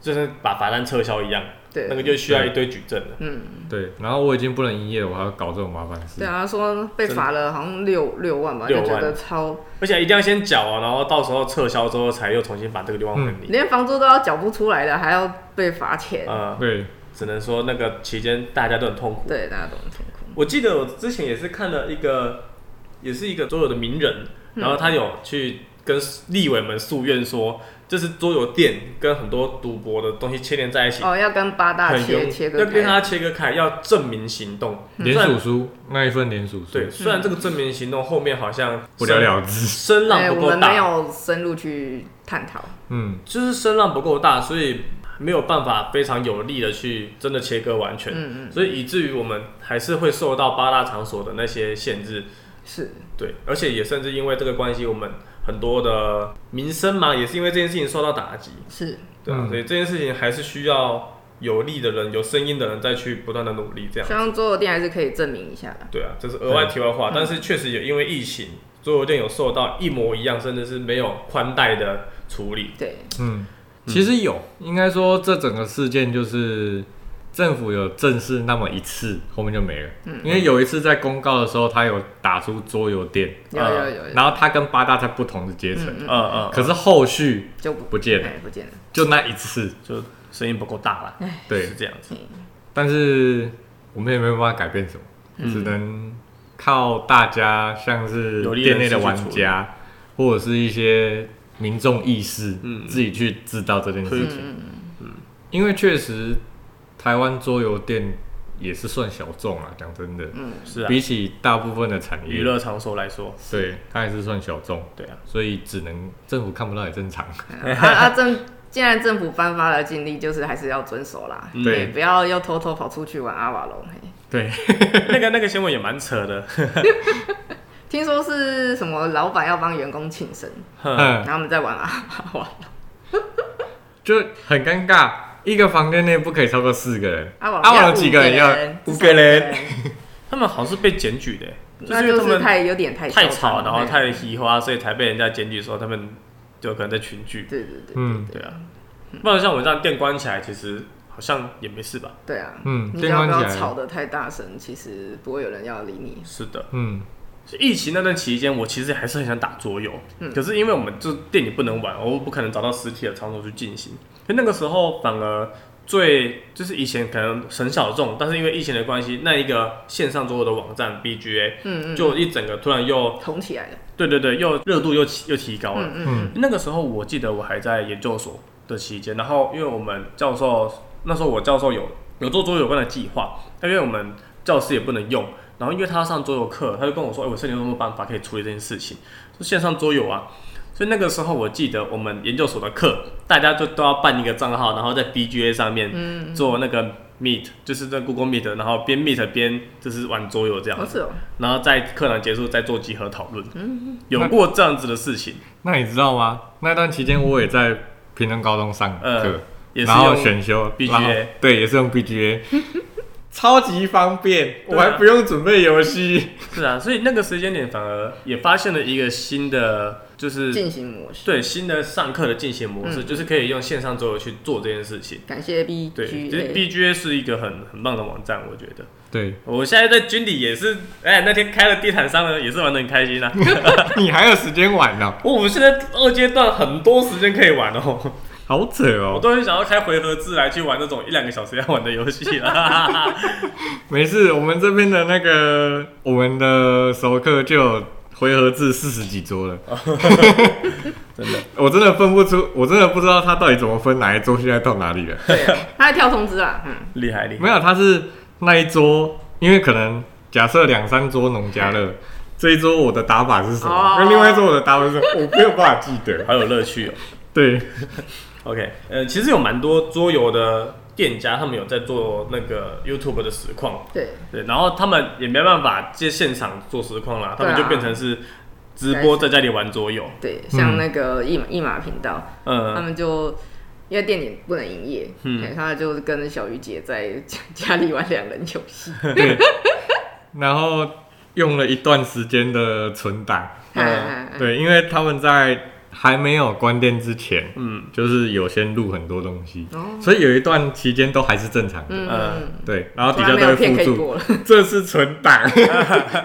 [SPEAKER 4] 就是把罚单撤销一样，
[SPEAKER 2] 对，
[SPEAKER 4] 那个就需要一堆举证了。
[SPEAKER 2] 嗯，
[SPEAKER 3] 对，然后我已经不能营业了，我还要搞这种麻烦事
[SPEAKER 2] 对。啊，他说被罚了好像六六万吧，
[SPEAKER 4] 六
[SPEAKER 2] 就觉
[SPEAKER 4] 万
[SPEAKER 2] 得超，
[SPEAKER 4] 而且一定要先缴啊，然后到时候撤销之后才又重新把这个地方还你。
[SPEAKER 2] 连房租都要缴不出来的，还要被罚钱，
[SPEAKER 4] 呃，
[SPEAKER 3] 对，
[SPEAKER 4] 只能说那个期间大家都很痛苦。
[SPEAKER 2] 对，大家都很痛苦。
[SPEAKER 4] 我记得我之前也是看了一个，也是一个桌游的名人，
[SPEAKER 2] 嗯
[SPEAKER 4] 然后他有去跟立委们诉愿说，就是桌游店跟很多赌博的东西牵连在一起，
[SPEAKER 2] 哦，要跟八大
[SPEAKER 4] 哎很
[SPEAKER 2] 切
[SPEAKER 4] 冤
[SPEAKER 2] 切割
[SPEAKER 4] 要跟
[SPEAKER 2] 开，
[SPEAKER 4] 他切割开，要证明行动。
[SPEAKER 3] 联
[SPEAKER 4] 虽然
[SPEAKER 3] 署书那一份联署书
[SPEAKER 4] 嗯
[SPEAKER 2] 嗯
[SPEAKER 4] 对，虽然这个证明行动后面好像
[SPEAKER 3] 不了了之。
[SPEAKER 4] 声
[SPEAKER 2] 哎，
[SPEAKER 4] 浪
[SPEAKER 2] 我
[SPEAKER 4] 不够
[SPEAKER 2] 们没
[SPEAKER 4] 大，
[SPEAKER 2] 有深入去探讨。
[SPEAKER 3] 嗯，
[SPEAKER 4] 就是声浪不够大，所以没有办法非常有力的去真的切割完全，
[SPEAKER 2] 嗯嗯，
[SPEAKER 4] 所以以至于我们还是会受到八大场所的那些限制。
[SPEAKER 2] 是，
[SPEAKER 4] 对，而且也甚至因为这个关系，我们很多的民生嘛，也是因为这件事情受到打击，
[SPEAKER 2] 是，
[SPEAKER 4] 对啊，
[SPEAKER 3] 嗯
[SPEAKER 4] 所以这件事情还是需要有力的人、有声音的人再去不断的努力，这样
[SPEAKER 2] 希。望桌游店还是可以证明一下的。
[SPEAKER 4] 对啊，这是额外题外话，但是确实也因为疫情，桌游店有受到一模一样，甚至是没有宽带的处理。
[SPEAKER 2] 对，
[SPEAKER 3] 嗯，其实有，应该说这整个事件就是政府有正视那么一次，后面就没了。因为有一次在公告的时候，他有打出桌游店，
[SPEAKER 4] 啊
[SPEAKER 2] 有有有有，
[SPEAKER 3] 然后他跟八大在不同的阶层，
[SPEAKER 2] 嗯
[SPEAKER 4] 嗯嗯，
[SPEAKER 3] 可是后续
[SPEAKER 2] 就不
[SPEAKER 3] 不见了
[SPEAKER 2] 哎，不 见了。
[SPEAKER 3] 就那一次，
[SPEAKER 4] 就声音不够大啦，
[SPEAKER 3] 对
[SPEAKER 4] 是，这样子。
[SPEAKER 3] 但是我们也没有办法改变什么，
[SPEAKER 4] 嗯
[SPEAKER 3] 只能靠大家，像是
[SPEAKER 4] 有力人
[SPEAKER 3] 店
[SPEAKER 4] 士
[SPEAKER 3] 内的玩
[SPEAKER 4] 去处理
[SPEAKER 3] 家，或者是一些民众意识，
[SPEAKER 4] 嗯
[SPEAKER 3] 自己去知道这件事情。嗯因为确实，台湾桌游店也是算小众啊，讲真的，
[SPEAKER 4] 是啊，
[SPEAKER 3] 比起大部分的产业，
[SPEAKER 4] 娱乐场所来说，
[SPEAKER 3] 对它还是算小众，
[SPEAKER 4] 对啊，
[SPEAKER 3] 所以只能政府看不到也正常。
[SPEAKER 2] 啊啊政，既然政府颁发了禁令，就是还是要遵守啦。
[SPEAKER 3] 对
[SPEAKER 2] 哎不要又偷偷跑出去玩阿瓦隆。嘿
[SPEAKER 3] 对，
[SPEAKER 4] 那个那个新闻也蛮扯的，
[SPEAKER 2] 听说是什么老板要帮员工庆生，然
[SPEAKER 3] 嗯，
[SPEAKER 2] 后他们在玩阿瓦隆。
[SPEAKER 3] 就很尴尬。一个房间内不可以超过四个人，
[SPEAKER 2] 阿瓦隆
[SPEAKER 3] 阿瓦
[SPEAKER 2] 要
[SPEAKER 3] 隆啊几
[SPEAKER 2] 啊五
[SPEAKER 3] 个
[SPEAKER 2] 人
[SPEAKER 3] 人要
[SPEAKER 2] 至
[SPEAKER 3] 五
[SPEAKER 2] 少
[SPEAKER 3] 个人，
[SPEAKER 4] 他们好像是被检举的，
[SPEAKER 2] 那
[SPEAKER 4] 因为
[SPEAKER 2] 就
[SPEAKER 4] 他
[SPEAKER 2] 是
[SPEAKER 4] 们
[SPEAKER 2] 太有点太嚣
[SPEAKER 4] 太
[SPEAKER 2] 张
[SPEAKER 4] 吵，哎
[SPEAKER 2] 了
[SPEAKER 4] 然后
[SPEAKER 2] 嘿
[SPEAKER 4] 太移花，所以才被人家检举说他们就可能在群聚。
[SPEAKER 2] 对对对
[SPEAKER 3] 嗯
[SPEAKER 4] 对啊，不然像我们这样店关起来，其实好像也没事吧？
[SPEAKER 2] 对啊，
[SPEAKER 3] 嗯
[SPEAKER 2] 你只
[SPEAKER 3] 电
[SPEAKER 2] 要
[SPEAKER 3] 关
[SPEAKER 2] 不要
[SPEAKER 3] 起来
[SPEAKER 2] 吵得太大声，其实不会有人要理你。
[SPEAKER 4] 是的，
[SPEAKER 3] 嗯，
[SPEAKER 4] 疫情那段期间，我其实还是很想打桌游，
[SPEAKER 2] 嗯
[SPEAKER 4] 可是因为我们就店里不能玩，我不可能找到实体的场所去进行。所以那个时候反而最就是以前可能很小众，但是因为疫情的关系，那一个线上桌游的网站 BGA，
[SPEAKER 2] 嗯嗯，
[SPEAKER 4] 就一整个突然又
[SPEAKER 2] 红起来了。
[SPEAKER 4] 对对对，又热度又起又提高了。
[SPEAKER 2] 嗯嗯
[SPEAKER 4] 那个时候我记得我还在研究所的期间，然后因为我们教授那时候我教授有有做桌游有关的计划，但因为我们教室也不能用，然后因为他要上桌游课，他就跟我说：“哎、我这里有什么办法可以处理这件事情？就线上桌游啊。”所以那个时候我记得我们研究所的课，大家就都要办一个账号，然后在 BGA 上
[SPEAKER 2] 嗯
[SPEAKER 4] 面做那个 Meet，、就是在 Google Meet，然后边 Meet 边就是玩桌游这样
[SPEAKER 2] 嗯，不。
[SPEAKER 4] 子
[SPEAKER 2] 是哦，
[SPEAKER 4] 然后在课堂结束再做集合讨论，
[SPEAKER 2] 嗯
[SPEAKER 4] 有过这样子的事情，
[SPEAKER 3] 那你知道吗？那段期间我也在平东高中上课，
[SPEAKER 4] 呃，也是
[SPEAKER 3] 然后
[SPEAKER 4] 用
[SPEAKER 3] 选修
[SPEAKER 4] BGA
[SPEAKER 3] 然后对，也是用 BGA。超级方便，我
[SPEAKER 4] 对啊
[SPEAKER 3] 还不用准备游 戏。
[SPEAKER 4] 是啊，所以那个时间点反而也发现了一个新的，就是
[SPEAKER 2] 进行嗯模式。
[SPEAKER 4] 对新的上课的进行模式，就是可以用线上桌游去做这件事情。
[SPEAKER 2] 感谢
[SPEAKER 4] 对，其
[SPEAKER 2] BGA，
[SPEAKER 4] 实 BGA 是一个很很棒的网站，我觉得。
[SPEAKER 3] 对
[SPEAKER 4] 我现在在军里也是，哎、那天开了地毯商呢，也是玩的很开 心啊。
[SPEAKER 3] 你还有时间玩哦呢、
[SPEAKER 4] 我们现在二阶段很多时间可以玩哦，
[SPEAKER 3] 好扯
[SPEAKER 4] 我
[SPEAKER 3] 哦！
[SPEAKER 4] 都很想要开回合制来去玩那种一两个小时要玩的游戏啦。
[SPEAKER 3] 没事，我们这边的那个我们的熟客就有回合制四十几桌了，
[SPEAKER 4] 哦 真的，
[SPEAKER 3] 我真的分不出，我真的不知道他到底怎么分哪一桌，现在到哪里 了。
[SPEAKER 2] 对啊，他还跳通知啊，嗯，
[SPEAKER 4] 厉害厉害
[SPEAKER 3] 没。有，他是那一桌，因为可能假设两三桌农家乐，这一桌我的打法是什么
[SPEAKER 2] 哦，
[SPEAKER 3] 跟另外一桌我的打法是什么，我没有办法记 得。
[SPEAKER 4] 好有乐趣哦。
[SPEAKER 3] 对，
[SPEAKER 4] OK，呃，其实有蛮多桌游的店家，他们有在做那个 YouTube 的实况，
[SPEAKER 2] 对，
[SPEAKER 4] 对，然后他们也没办法接现场做实况啦，他
[SPEAKER 2] 对啊
[SPEAKER 4] 们就变成是直播在家里玩桌游，
[SPEAKER 2] 对，像那个一马一马频道，他
[SPEAKER 4] 嗯，
[SPEAKER 2] 们就因为店里不能营业，
[SPEAKER 4] 嗯
[SPEAKER 2] 嗯，他就跟小鱼姐在家 家里玩两人游戏，
[SPEAKER 3] 对，然后用了一段时间的存档，
[SPEAKER 4] 嗯
[SPEAKER 2] 嗯嗯
[SPEAKER 3] 对，因为他们在还没有关店之前，
[SPEAKER 4] 嗯，
[SPEAKER 3] 就是有先录很多东西，
[SPEAKER 2] 哦
[SPEAKER 3] 所以有一段期间都还是正常的。
[SPEAKER 2] 嗯
[SPEAKER 4] 呃
[SPEAKER 2] 嗯，
[SPEAKER 3] 对，然后
[SPEAKER 2] 突
[SPEAKER 3] 底
[SPEAKER 2] 然
[SPEAKER 3] 下
[SPEAKER 2] 没
[SPEAKER 3] 都
[SPEAKER 2] 有
[SPEAKER 3] 会
[SPEAKER 2] 片可
[SPEAKER 3] 附
[SPEAKER 2] 以
[SPEAKER 3] 注，
[SPEAKER 2] 过了，
[SPEAKER 3] 这是存 档，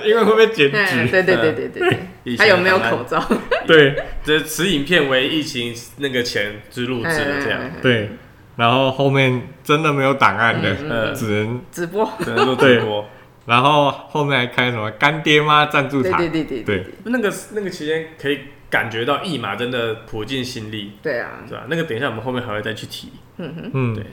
[SPEAKER 3] 因为会被剪
[SPEAKER 2] 嗯，
[SPEAKER 3] 辑。
[SPEAKER 2] 对对对对对 对，
[SPEAKER 4] 以前
[SPEAKER 2] 还有没有
[SPEAKER 4] 很难
[SPEAKER 2] 口罩？
[SPEAKER 3] 对，
[SPEAKER 4] 这此影片为疫情那个前之录制的这样
[SPEAKER 2] 嗯，
[SPEAKER 3] 对，然后后面真的没有档案的，
[SPEAKER 2] 嗯
[SPEAKER 4] 呃，
[SPEAKER 3] 只能
[SPEAKER 2] 直播，
[SPEAKER 4] 只能做直播。
[SPEAKER 3] 然后后面还开什么干爹妈赞助
[SPEAKER 2] 对
[SPEAKER 3] 场，
[SPEAKER 2] 对对对对
[SPEAKER 3] 对
[SPEAKER 4] 那个那个期间可以感觉到一马真的普尽心力，
[SPEAKER 2] 对啊，
[SPEAKER 4] 对吧、那个等一下我们后面还会再去提。
[SPEAKER 2] 嗯哼，
[SPEAKER 3] 嗯
[SPEAKER 4] 对，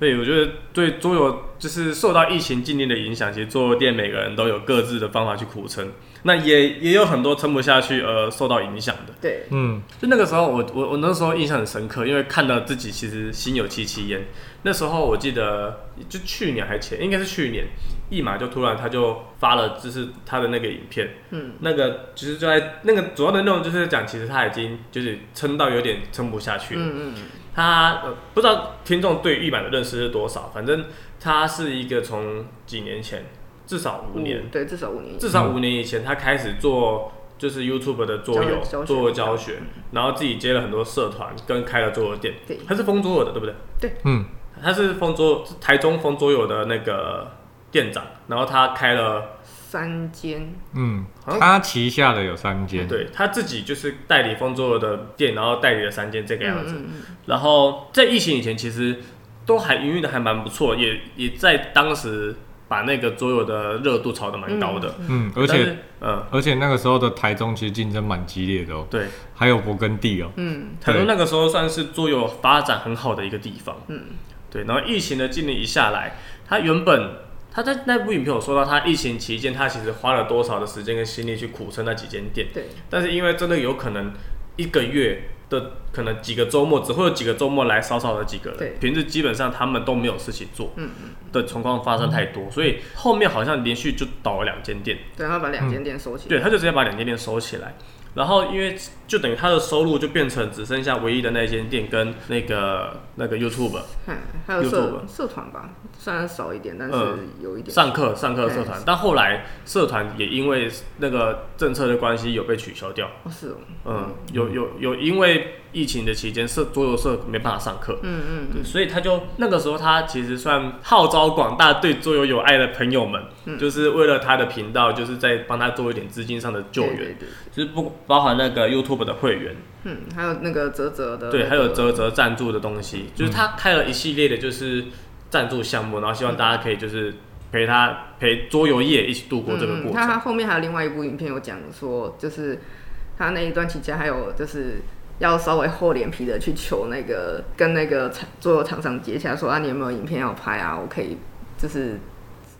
[SPEAKER 4] 对，我觉得对桌游就是受到疫情禁令的影响，其实桌游店每个人都有各自的方法去苦撑，那也也有很多撑不下去而受到影响的。
[SPEAKER 2] 对，
[SPEAKER 3] 嗯，
[SPEAKER 4] 就那个时候我，我我那时候印象很深刻，因为看到自己其实心有戚戚焉。那时候我记得，就去年还前，应该是去年，一马就突然他就发了，就是他的那个影片，
[SPEAKER 2] 嗯，
[SPEAKER 4] 那个就是就在那个主要的内容就是讲，其实他已经就是撑到有点撑不下去了，
[SPEAKER 2] 嗯嗯
[SPEAKER 4] 他、呃、不知道听众对玉版的认识是多少，反正他是一个从几年前，至少五
[SPEAKER 2] 嗯，
[SPEAKER 4] 年，
[SPEAKER 2] 对，至少五年以上，
[SPEAKER 3] 嗯
[SPEAKER 4] 至少五年以前，他开始做就是 YouTube 的桌游
[SPEAKER 2] 教教学嗯
[SPEAKER 4] 做教学，然后自己接了很多社团，跟开了桌游店
[SPEAKER 2] 对。
[SPEAKER 4] 他是风桌游的，对不对？
[SPEAKER 2] 对，
[SPEAKER 3] 嗯，
[SPEAKER 4] 他是风桌台中风桌游的那个店长，然后他开了，
[SPEAKER 2] 三间，
[SPEAKER 3] 嗯，
[SPEAKER 4] 好像
[SPEAKER 3] 他旗下的有三间，
[SPEAKER 4] 对他自己就是代理风桌游的店，然后代理了三间这个样子。
[SPEAKER 2] 嗯嗯
[SPEAKER 4] 然后在疫情以前，其实都还营运的还蛮不错，也也在当时把那个桌游的热度炒得蛮高的。
[SPEAKER 3] 嗯，而
[SPEAKER 4] 但
[SPEAKER 3] 且
[SPEAKER 4] 是，嗯，
[SPEAKER 3] 而且那个时候的台中其实竞争蛮激烈的哦，
[SPEAKER 4] 对，
[SPEAKER 3] 还有勃艮第哦，
[SPEAKER 2] 嗯
[SPEAKER 4] 台中
[SPEAKER 3] 对
[SPEAKER 4] 那个时候算是桌游发展很好的一个地方，
[SPEAKER 2] 嗯
[SPEAKER 4] 对。然后疫情的禁令一下来，他原本他在那部影片有说到，他疫情期间他其实花了多少的时间跟心力去苦撑那几间店
[SPEAKER 2] 嗯，，对，
[SPEAKER 4] 但是因为真的有可能一个月的可能几个周末只会有几个周末来少少的几个
[SPEAKER 2] 对
[SPEAKER 4] 人，平日基本上他们都没有事情做
[SPEAKER 2] 嗯
[SPEAKER 4] 的情况发生太多，所以后面好像连续就倒了两间店。
[SPEAKER 2] 对，他把两间店收起来，
[SPEAKER 4] 对，他就直接把两间店收起来，然后因为就等于他的收入就变成只剩下唯一的那间店跟那个那个 YouTube
[SPEAKER 2] 嗯，还有
[SPEAKER 4] YouTube
[SPEAKER 2] 社社团吧，虽然少一点，但是
[SPEAKER 4] 嗯
[SPEAKER 2] 有一点
[SPEAKER 4] 上课上课社团
[SPEAKER 2] 嗯，
[SPEAKER 4] 但后来社团也因为那个政策的关系有被取消掉，
[SPEAKER 2] 哦是哦，
[SPEAKER 4] 嗯，有有有因为疫情的期间社桌游社没办法上课。
[SPEAKER 2] 嗯嗯嗯，
[SPEAKER 4] 所以他就那个时候，他其实算号召广大对桌游有爱的朋友们，
[SPEAKER 2] 嗯
[SPEAKER 4] 就是为了他的频道，就是在帮他做一点资金上的救
[SPEAKER 2] 对
[SPEAKER 4] 援，
[SPEAKER 2] 对对，
[SPEAKER 4] 就是不包含那个 YouTube 的会员，
[SPEAKER 2] 嗯，还有那个泽泽的那个，
[SPEAKER 4] 对，还有
[SPEAKER 2] 嗯
[SPEAKER 4] 泽泽赞助的东西，就是他开了一系列的，就是赞助项目，然后
[SPEAKER 2] 嗯
[SPEAKER 4] 希望大家可以就是陪他陪桌游业一起度过这个
[SPEAKER 2] 嗯
[SPEAKER 4] 过
[SPEAKER 2] 他
[SPEAKER 4] 程。
[SPEAKER 2] 他后面还有另外一部影片有讲说，就是他那一段期间还有就是要稍微厚脸皮的去求那个跟那个厂做厂商接洽说啊，你有没有影片要拍啊？我可以就是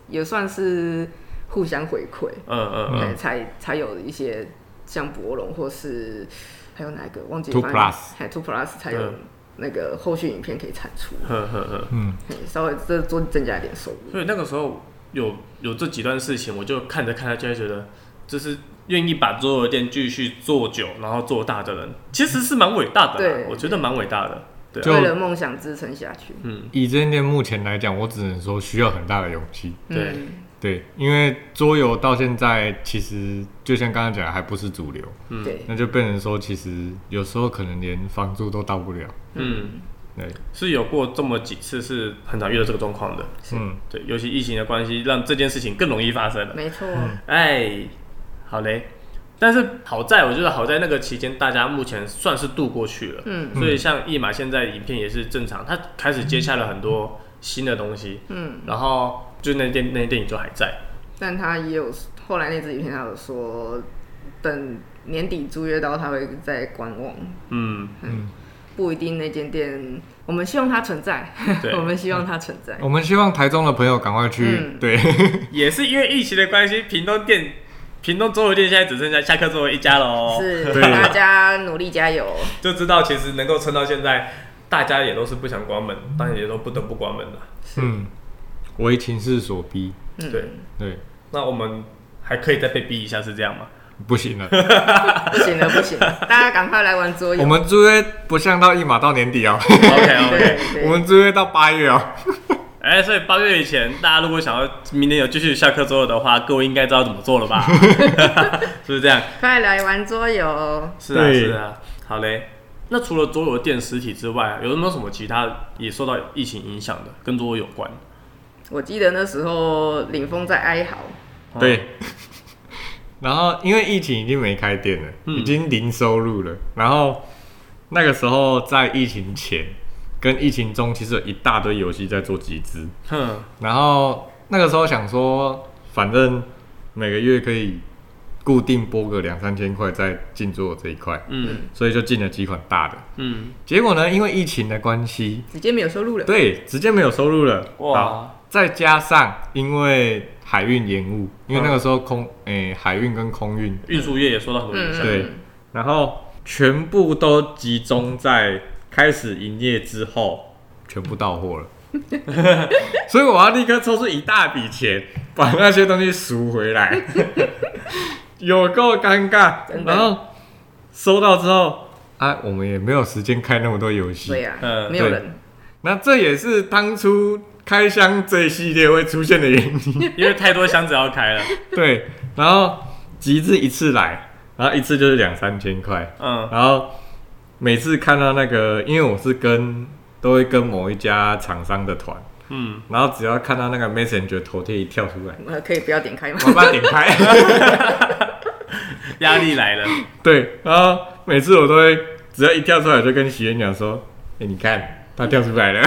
[SPEAKER 2] 也算是互相回馈，
[SPEAKER 4] 嗯嗯嗯，
[SPEAKER 2] 对，才才有一些像博龙或是还有哪一个忘记
[SPEAKER 3] Two
[SPEAKER 2] 翻译
[SPEAKER 3] Plus
[SPEAKER 2] 还 Two Plus 才有
[SPEAKER 4] 嗯
[SPEAKER 2] 那个后续影片可以产出，
[SPEAKER 4] 呵呵呵。
[SPEAKER 3] 嗯，
[SPEAKER 2] 嘿稍微这多增加一点收入，
[SPEAKER 4] 所以那个时候有有这几段事情，我就看着看着就会觉得，就是愿意把桌游店继续做久，然后做大的人，其实是蛮伟大的啦
[SPEAKER 2] 对，
[SPEAKER 4] 我觉得蛮伟大的。对
[SPEAKER 3] 就
[SPEAKER 2] 为了梦想支撑下去。
[SPEAKER 4] 嗯，
[SPEAKER 3] 以这间店目前来讲，我只能说需要很大的勇气。
[SPEAKER 4] 对
[SPEAKER 2] 嗯
[SPEAKER 3] 对，因为桌游到现在其实就像刚刚讲的，还不是主流，
[SPEAKER 4] 嗯
[SPEAKER 2] 对，
[SPEAKER 3] 那就变成说，其实有时候可能连房租都到不了。
[SPEAKER 4] 嗯，
[SPEAKER 3] 对，
[SPEAKER 4] 是有过这么几次是很常遇到这个状况的，
[SPEAKER 3] 嗯，
[SPEAKER 4] 对，尤其疫情的关系，让这件事情更容易发生了。
[SPEAKER 2] 没错，
[SPEAKER 4] 哎，好嘞。但是好在，我觉得好在那个期间，大家目前算是度过去了。
[SPEAKER 2] 嗯
[SPEAKER 4] 所以像一马现在影片也是正常，他开始接下了很多新的东西，
[SPEAKER 2] 嗯，
[SPEAKER 4] 然后就那电那电影就还在。
[SPEAKER 2] 但他也有后来那支影片，他有说等年底租约到，他会再观望，
[SPEAKER 4] 嗯，
[SPEAKER 2] 不一定那间店。我们希望它存在，
[SPEAKER 4] 对
[SPEAKER 2] 我们希望它存在。
[SPEAKER 3] 我们希望台中的朋友赶快去。
[SPEAKER 2] 嗯
[SPEAKER 3] 对，
[SPEAKER 4] 也是因为疫情的关系，屏东店、屏东周围店现在只剩下下课周围一家了哦，
[SPEAKER 2] 是
[SPEAKER 3] 对
[SPEAKER 2] 大家努力加油，
[SPEAKER 4] 就知道其实能够撑到现在，大家也都是不想关门，当然也都不得不关门了。
[SPEAKER 3] 嗯，为情势所逼。
[SPEAKER 2] 嗯
[SPEAKER 4] 对，
[SPEAKER 3] 对，
[SPEAKER 4] 那我们还可以再被逼一下，是这 样吗？
[SPEAKER 3] 不行了，
[SPEAKER 2] 不行了不 行了，大家赶快来玩桌游。
[SPEAKER 3] 我们租约不像到一码到年底哦，
[SPEAKER 4] OK
[SPEAKER 2] 对
[SPEAKER 4] OK，
[SPEAKER 2] 对
[SPEAKER 3] 我们租约到八月哦。
[SPEAKER 4] 哎、所以八月以前，大家如果想要明年有继续下课之后的话，各位应该知道怎么做 了吧？是不是这样？
[SPEAKER 2] 快来玩桌游。
[SPEAKER 4] 是啊，
[SPEAKER 3] 对
[SPEAKER 4] 是啊。好嘞，那除了桌游店实体之外，有没有什么其他也受到疫情影响的，跟桌游有关？
[SPEAKER 2] 我记得那时候领风在哀嚎，
[SPEAKER 4] 哦
[SPEAKER 3] 对。 然后因为疫情已经没开店了，
[SPEAKER 4] 嗯
[SPEAKER 3] 已经零收入了。然后那个时候在疫情前跟疫情中，其实有一大堆游戏在做集资。
[SPEAKER 4] 嗯哼，
[SPEAKER 3] 然后那个时候想说，反正每个月可以固定拨个两三千块在进做这一块，
[SPEAKER 4] 嗯
[SPEAKER 3] 所以就进了几款大的。
[SPEAKER 4] 嗯，
[SPEAKER 3] 结果呢，因为疫情的关系，
[SPEAKER 2] 直接没有收入了。
[SPEAKER 3] 对，直接没有收入了。
[SPEAKER 4] 哇
[SPEAKER 3] 好！再加上因为海运延误，因为那个时候空诶、海运跟空运，
[SPEAKER 4] 运输业也受到很多
[SPEAKER 2] 嗯
[SPEAKER 4] 影响。
[SPEAKER 3] 对然后全部都集中在开始营业之后，全部到货了。 所以我要立刻抽出一大笔钱，把那些东西赎回 来，有够尴尬
[SPEAKER 2] 真。的
[SPEAKER 3] 然后收到之后，啊，我们也没有时间开那么多游戏，
[SPEAKER 2] 对呀、啊，
[SPEAKER 4] 嗯
[SPEAKER 2] 没有
[SPEAKER 3] 对
[SPEAKER 2] 人。
[SPEAKER 3] 那这也是当初开箱这一系列会出现的原因。
[SPEAKER 4] 因为太多箱子要开了。
[SPEAKER 3] 对，然后集资一次来，然后一次就是两三千块，
[SPEAKER 4] 嗯
[SPEAKER 3] 然后每次看到那个，因为我是跟都会跟某一家厂商的团，
[SPEAKER 4] 嗯，
[SPEAKER 3] 然后只要看到那个 Messenger 头贴一跳出来，
[SPEAKER 2] 我呃可以不要点开吗？
[SPEAKER 3] 我把它点开。
[SPEAKER 4] 压力来了。
[SPEAKER 3] 对，然后每次我都会只要一跳出来，我就跟许愿讲说：“哎、你看，它跳出来了。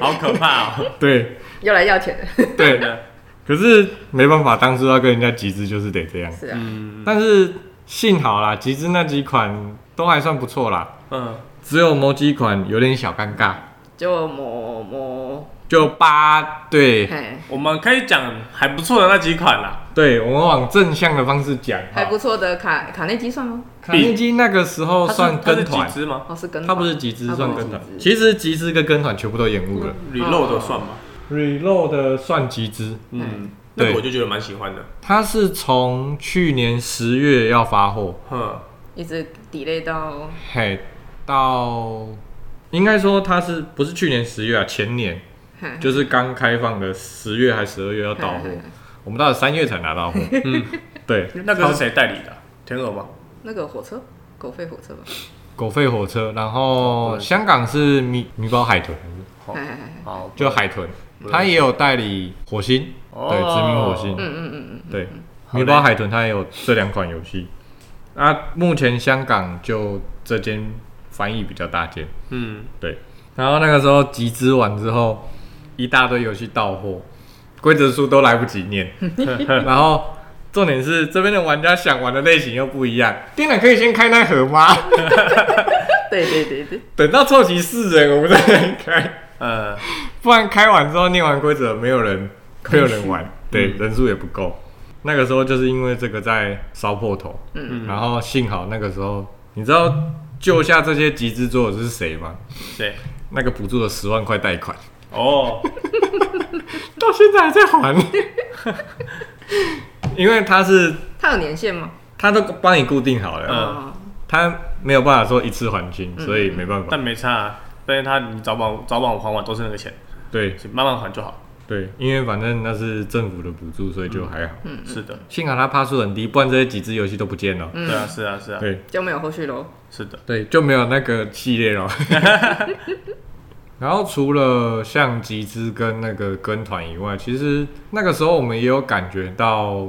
[SPEAKER 4] 好可怕哦！”
[SPEAKER 3] 对
[SPEAKER 2] 又来要钱了。
[SPEAKER 3] 对
[SPEAKER 4] 真，的，
[SPEAKER 3] 可是没办法，当初要跟人家集资就是得这样。
[SPEAKER 2] 是啊，
[SPEAKER 4] 嗯
[SPEAKER 3] 但是幸好啦，集资那几款都还算不错啦，
[SPEAKER 4] 嗯，
[SPEAKER 3] 只有某几款有点小尴尬，
[SPEAKER 2] 就某某，
[SPEAKER 3] 就八对
[SPEAKER 2] 嘿，
[SPEAKER 4] 我们可以讲还不错的那几款啦。
[SPEAKER 3] 对，我们往正向的方式讲哈。
[SPEAKER 2] 还不错的卡卡内基算吗？
[SPEAKER 3] 卡内基那个时候
[SPEAKER 4] 它是
[SPEAKER 3] 算
[SPEAKER 4] 它是
[SPEAKER 3] 跟
[SPEAKER 4] 几
[SPEAKER 3] 团，
[SPEAKER 4] 只吗？
[SPEAKER 2] 哦，是跟团
[SPEAKER 3] 它不是集资，
[SPEAKER 2] 它不是
[SPEAKER 3] 算跟团
[SPEAKER 2] 集。资
[SPEAKER 3] 其实集资跟跟团全部都延误了。
[SPEAKER 4] reload 的算吗？
[SPEAKER 3] Reload 的算集资，
[SPEAKER 4] 嗯，那
[SPEAKER 3] 对
[SPEAKER 4] 个我就觉得蛮喜欢的。
[SPEAKER 3] 它是从去年十月要发货，
[SPEAKER 4] 哼，
[SPEAKER 2] 一直 delay 到
[SPEAKER 3] 嘿，到应该说它是不是去年十月啊？前年
[SPEAKER 2] 嘿
[SPEAKER 3] 就是刚开放的十月还十二月要到货
[SPEAKER 2] 嘿嘿嘿，
[SPEAKER 3] 我们到了三月才拿到货。嗯，对，
[SPEAKER 4] 那个是谁代理的啊？天鹅吗？
[SPEAKER 2] 那个火车，狗吠火车吧。
[SPEAKER 3] 狗吠火车，然后香港是米米包海豚，
[SPEAKER 4] 哦
[SPEAKER 2] 嘿嘿嘿
[SPEAKER 4] 好，
[SPEAKER 3] 就海豚，它也有代理火星，
[SPEAKER 4] 哦
[SPEAKER 3] 对，殖民火星，
[SPEAKER 2] 嗯嗯嗯
[SPEAKER 3] 对，
[SPEAKER 4] 嘞
[SPEAKER 3] 米包海豚它也有这两款游戏。啊，目前香港就这间翻译比较大间，
[SPEAKER 4] 嗯，
[SPEAKER 3] 对。然后那个时候集资完之后，一大堆游戏到货，规则书都来不及念， 然后。重点是这边的玩家想玩的类型又不一样，店长可以先开那盒吗？
[SPEAKER 2] 嗯，对对对对，
[SPEAKER 3] 等到凑齐四人，我们再来开。
[SPEAKER 4] 呃，
[SPEAKER 3] 不然开完之后念完规则，没有人，没有人玩，对，
[SPEAKER 4] 嗯
[SPEAKER 3] 人数也不够。那个时候就是因为这个在烧破头，
[SPEAKER 2] 嗯
[SPEAKER 4] 嗯
[SPEAKER 3] 然后幸好那个时候，你知道救下这些集资做的是谁吗？
[SPEAKER 4] 谁？
[SPEAKER 3] 那个补助的十万块贷款，
[SPEAKER 4] 哦，
[SPEAKER 3] 到现在还在还， 因为他是
[SPEAKER 2] 它有年限吗？
[SPEAKER 3] 他都帮你固定好了，
[SPEAKER 4] 嗯
[SPEAKER 2] 哦，
[SPEAKER 3] 他没有办法说一次还清，所以没办法。
[SPEAKER 4] 但没差、啊，但是他你早晚早晚还完都是那个钱，
[SPEAKER 3] 对
[SPEAKER 4] 慢慢还就好。
[SPEAKER 3] 对，因为反正那是政府的补助，所以就还好。
[SPEAKER 4] 是的，
[SPEAKER 3] 幸好它趴数很低，不然这几只游戏都不见了。
[SPEAKER 4] 对啊，是啊，是啊，
[SPEAKER 3] 对
[SPEAKER 2] 就没有后续喽。
[SPEAKER 4] 是的，
[SPEAKER 3] 对，就没有那个系列了。 然后除了像集资跟那个跟团以外，其实那个时候我们也有感觉到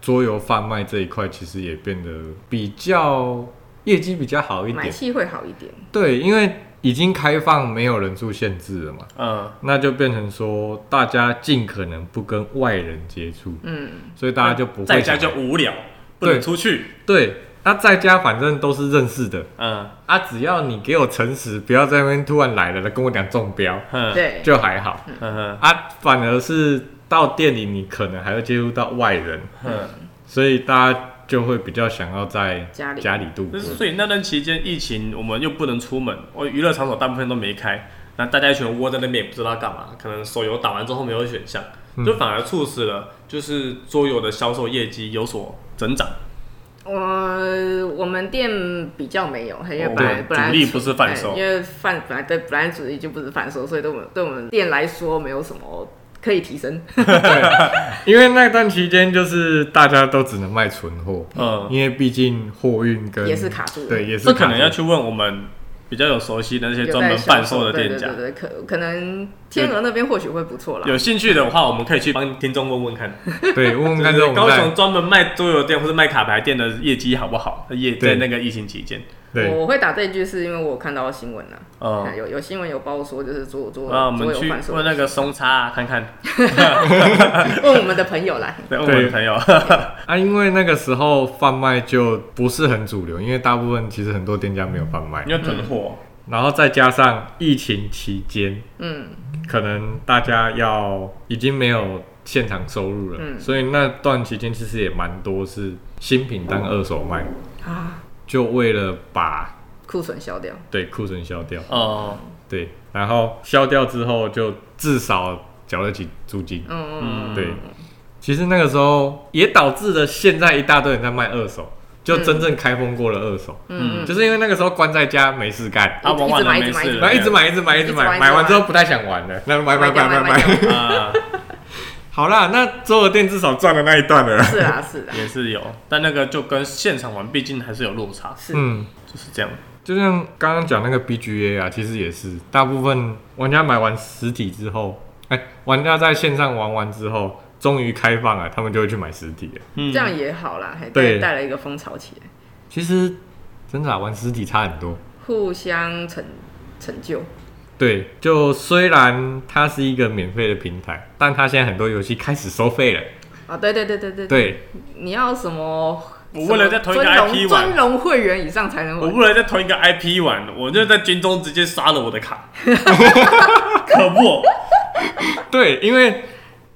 [SPEAKER 3] 桌游贩卖这一块，其实也变得比较业绩比较好一
[SPEAKER 2] 买
[SPEAKER 3] 点。
[SPEAKER 2] 气会好一点，
[SPEAKER 3] 对，因为已经开放没有人数限制了嘛，
[SPEAKER 4] 嗯，
[SPEAKER 3] 那就变成说大家尽可能不跟外人接触，
[SPEAKER 2] 嗯，
[SPEAKER 3] 所以大家就不会
[SPEAKER 4] 在家
[SPEAKER 3] 想
[SPEAKER 4] 就无聊，不能
[SPEAKER 3] 对
[SPEAKER 4] 出去，
[SPEAKER 3] 对。那在家反正都是认识的
[SPEAKER 4] 嗯
[SPEAKER 3] 啊，只要你给我诚实，不要在那边突然来了跟我讲中标，
[SPEAKER 4] 哼，
[SPEAKER 2] 对，
[SPEAKER 3] 就还好
[SPEAKER 4] 哼哼
[SPEAKER 3] 啊。反而是到店里，你可能还会接触到外人，
[SPEAKER 4] 哼。
[SPEAKER 3] 所以大家就会比较想要在
[SPEAKER 2] 家里
[SPEAKER 3] 家里度
[SPEAKER 4] 就
[SPEAKER 3] 过
[SPEAKER 2] 嗯
[SPEAKER 4] 是。所以那段期间疫情，我们又不能出门，我娱乐场所大部分都没开，那大家一群人窝在那边也不知道干嘛，可能手游打完之后没有选项，
[SPEAKER 3] 嗯
[SPEAKER 4] 就反而促使了就是桌游的销售业绩有所增长。
[SPEAKER 2] 我我们店比较没有，因为
[SPEAKER 4] 哦
[SPEAKER 2] 本来
[SPEAKER 4] 对
[SPEAKER 2] 本来哎
[SPEAKER 4] 主力不是贩售
[SPEAKER 2] 对因为贩本来对本来主力就不是贩售，所以对我们对我们店来说没有什么可以提升。
[SPEAKER 3] 因为那段期间就是大家都只能卖存货，
[SPEAKER 4] 嗯，
[SPEAKER 3] 因为毕竟货运跟
[SPEAKER 2] 也是卡住了
[SPEAKER 3] 对，也是
[SPEAKER 4] 这
[SPEAKER 3] 卡
[SPEAKER 4] 可能
[SPEAKER 3] 住
[SPEAKER 4] 要去问我们比较有熟悉的那些
[SPEAKER 2] 有
[SPEAKER 4] 专
[SPEAKER 2] 在
[SPEAKER 4] 门
[SPEAKER 2] 销
[SPEAKER 4] 贩
[SPEAKER 2] 售
[SPEAKER 4] 售的店家
[SPEAKER 2] 对。对对对，可可能天鹅那边或许会不错啦。
[SPEAKER 4] 有兴趣的话，我们可以去帮听众问 问看，
[SPEAKER 3] 对，问问看这
[SPEAKER 4] 就是
[SPEAKER 3] 种
[SPEAKER 4] 高
[SPEAKER 3] 在
[SPEAKER 4] 雄专门卖桌游店或者卖卡牌店的业绩好不好？业在
[SPEAKER 3] 对
[SPEAKER 4] 那个疫情期间，
[SPEAKER 3] 对
[SPEAKER 2] 我会打这一句是因为我看到新闻了、
[SPEAKER 4] 嗯
[SPEAKER 2] 有有新闻有报说就是做做
[SPEAKER 4] 啊，我
[SPEAKER 2] 做
[SPEAKER 4] 们
[SPEAKER 2] 有
[SPEAKER 4] 去
[SPEAKER 2] 贩售，
[SPEAKER 4] 问那个松差、啊、看看，
[SPEAKER 2] 问我们的朋友啦，
[SPEAKER 4] 对，问我们的朋友，
[SPEAKER 3] 啊，因为那个时候贩卖就不是很主流，因为大部分其实很多店家没有贩卖
[SPEAKER 4] 你，要囤货，
[SPEAKER 3] 然后再加上疫情期间，
[SPEAKER 2] 嗯，
[SPEAKER 3] 可能大家要已经没有现场收入了，
[SPEAKER 2] 嗯
[SPEAKER 3] 所以那段期间其实也蛮多是新品当二手卖，
[SPEAKER 2] 啊，
[SPEAKER 3] 就为了把
[SPEAKER 2] 库存消掉，
[SPEAKER 3] 对库存消掉，
[SPEAKER 4] 哦，
[SPEAKER 3] 对，然后消掉之后就至少缴得起租金，
[SPEAKER 2] 嗯，
[SPEAKER 4] 嗯，
[SPEAKER 3] 对，其实那个时候也导致了现在一大堆人在卖二手，就真正开封过了二手，
[SPEAKER 2] 嗯
[SPEAKER 3] 就是因为那个时候关在家没事干，
[SPEAKER 4] 啊，
[SPEAKER 2] 一直
[SPEAKER 4] 玩玩的
[SPEAKER 2] 买一直买一直
[SPEAKER 4] 没事了，
[SPEAKER 3] 然后一直买一直买一直买，买完之后不太想玩了，那买买买买买，
[SPEAKER 4] 对啊，
[SPEAKER 3] 好啦，那周尔店至少赚了那一段了，
[SPEAKER 2] 是啦是啦，
[SPEAKER 4] 也是有，但那个就跟现场玩，毕竟还是有落差，
[SPEAKER 2] 是，
[SPEAKER 3] 嗯。
[SPEAKER 4] 就是这样，
[SPEAKER 3] 就像刚刚讲那个 BGA 啊，其实也是大部分玩家买完实体之后，哎、玩家在线上玩完之后，终于开放啊了，他们就会去买实体了。
[SPEAKER 4] 嗯
[SPEAKER 2] 这样也好啦，还带
[SPEAKER 3] 对
[SPEAKER 2] 带了一个风潮起来，
[SPEAKER 3] 其实真的、啊、玩实体差很多。
[SPEAKER 2] 互相成成就，
[SPEAKER 3] 对，就虽然它是一个免费的平台，但它现在很多游戏开始收费了。
[SPEAKER 2] 啊，对对对对对，
[SPEAKER 3] 对，
[SPEAKER 2] 你要什么？
[SPEAKER 4] 我为了在同一个
[SPEAKER 2] 什么尊
[SPEAKER 4] IP
[SPEAKER 2] 荣
[SPEAKER 4] 玩
[SPEAKER 2] 尊荣会员以上才能
[SPEAKER 4] 我
[SPEAKER 2] 玩，
[SPEAKER 4] 为了在同一个 IP 玩，我就在军中直接杀了我的卡，可不，
[SPEAKER 3] 对，因为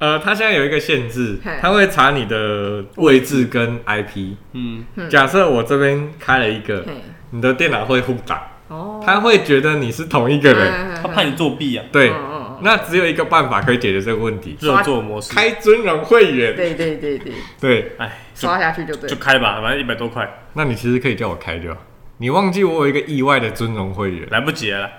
[SPEAKER 3] 呃，它现在有一个限制
[SPEAKER 2] 嘿，
[SPEAKER 3] 它会查你的位置跟 IP。
[SPEAKER 4] 嗯，
[SPEAKER 2] 嗯
[SPEAKER 3] 假设我这边开了一个，
[SPEAKER 2] 嘿，
[SPEAKER 3] 你的电脑会互打，
[SPEAKER 2] 哦，
[SPEAKER 3] 它会觉得你是同一个人。
[SPEAKER 4] 他
[SPEAKER 2] 嗯
[SPEAKER 4] 怕你作弊啊，
[SPEAKER 3] 对
[SPEAKER 2] 嗯嗯，
[SPEAKER 3] 那只有一个办法可以解决这个问题，
[SPEAKER 4] 热做模式，
[SPEAKER 3] 开尊荣会员。
[SPEAKER 2] 对对对对，
[SPEAKER 3] 对，
[SPEAKER 4] 哎，就
[SPEAKER 2] 刷下去就对
[SPEAKER 4] 就
[SPEAKER 2] 了，
[SPEAKER 4] 开吧，反正一百多块，
[SPEAKER 3] 那你其实可以叫我开掉。你忘记我有一个意外的尊荣会员，
[SPEAKER 4] 来不及了啦，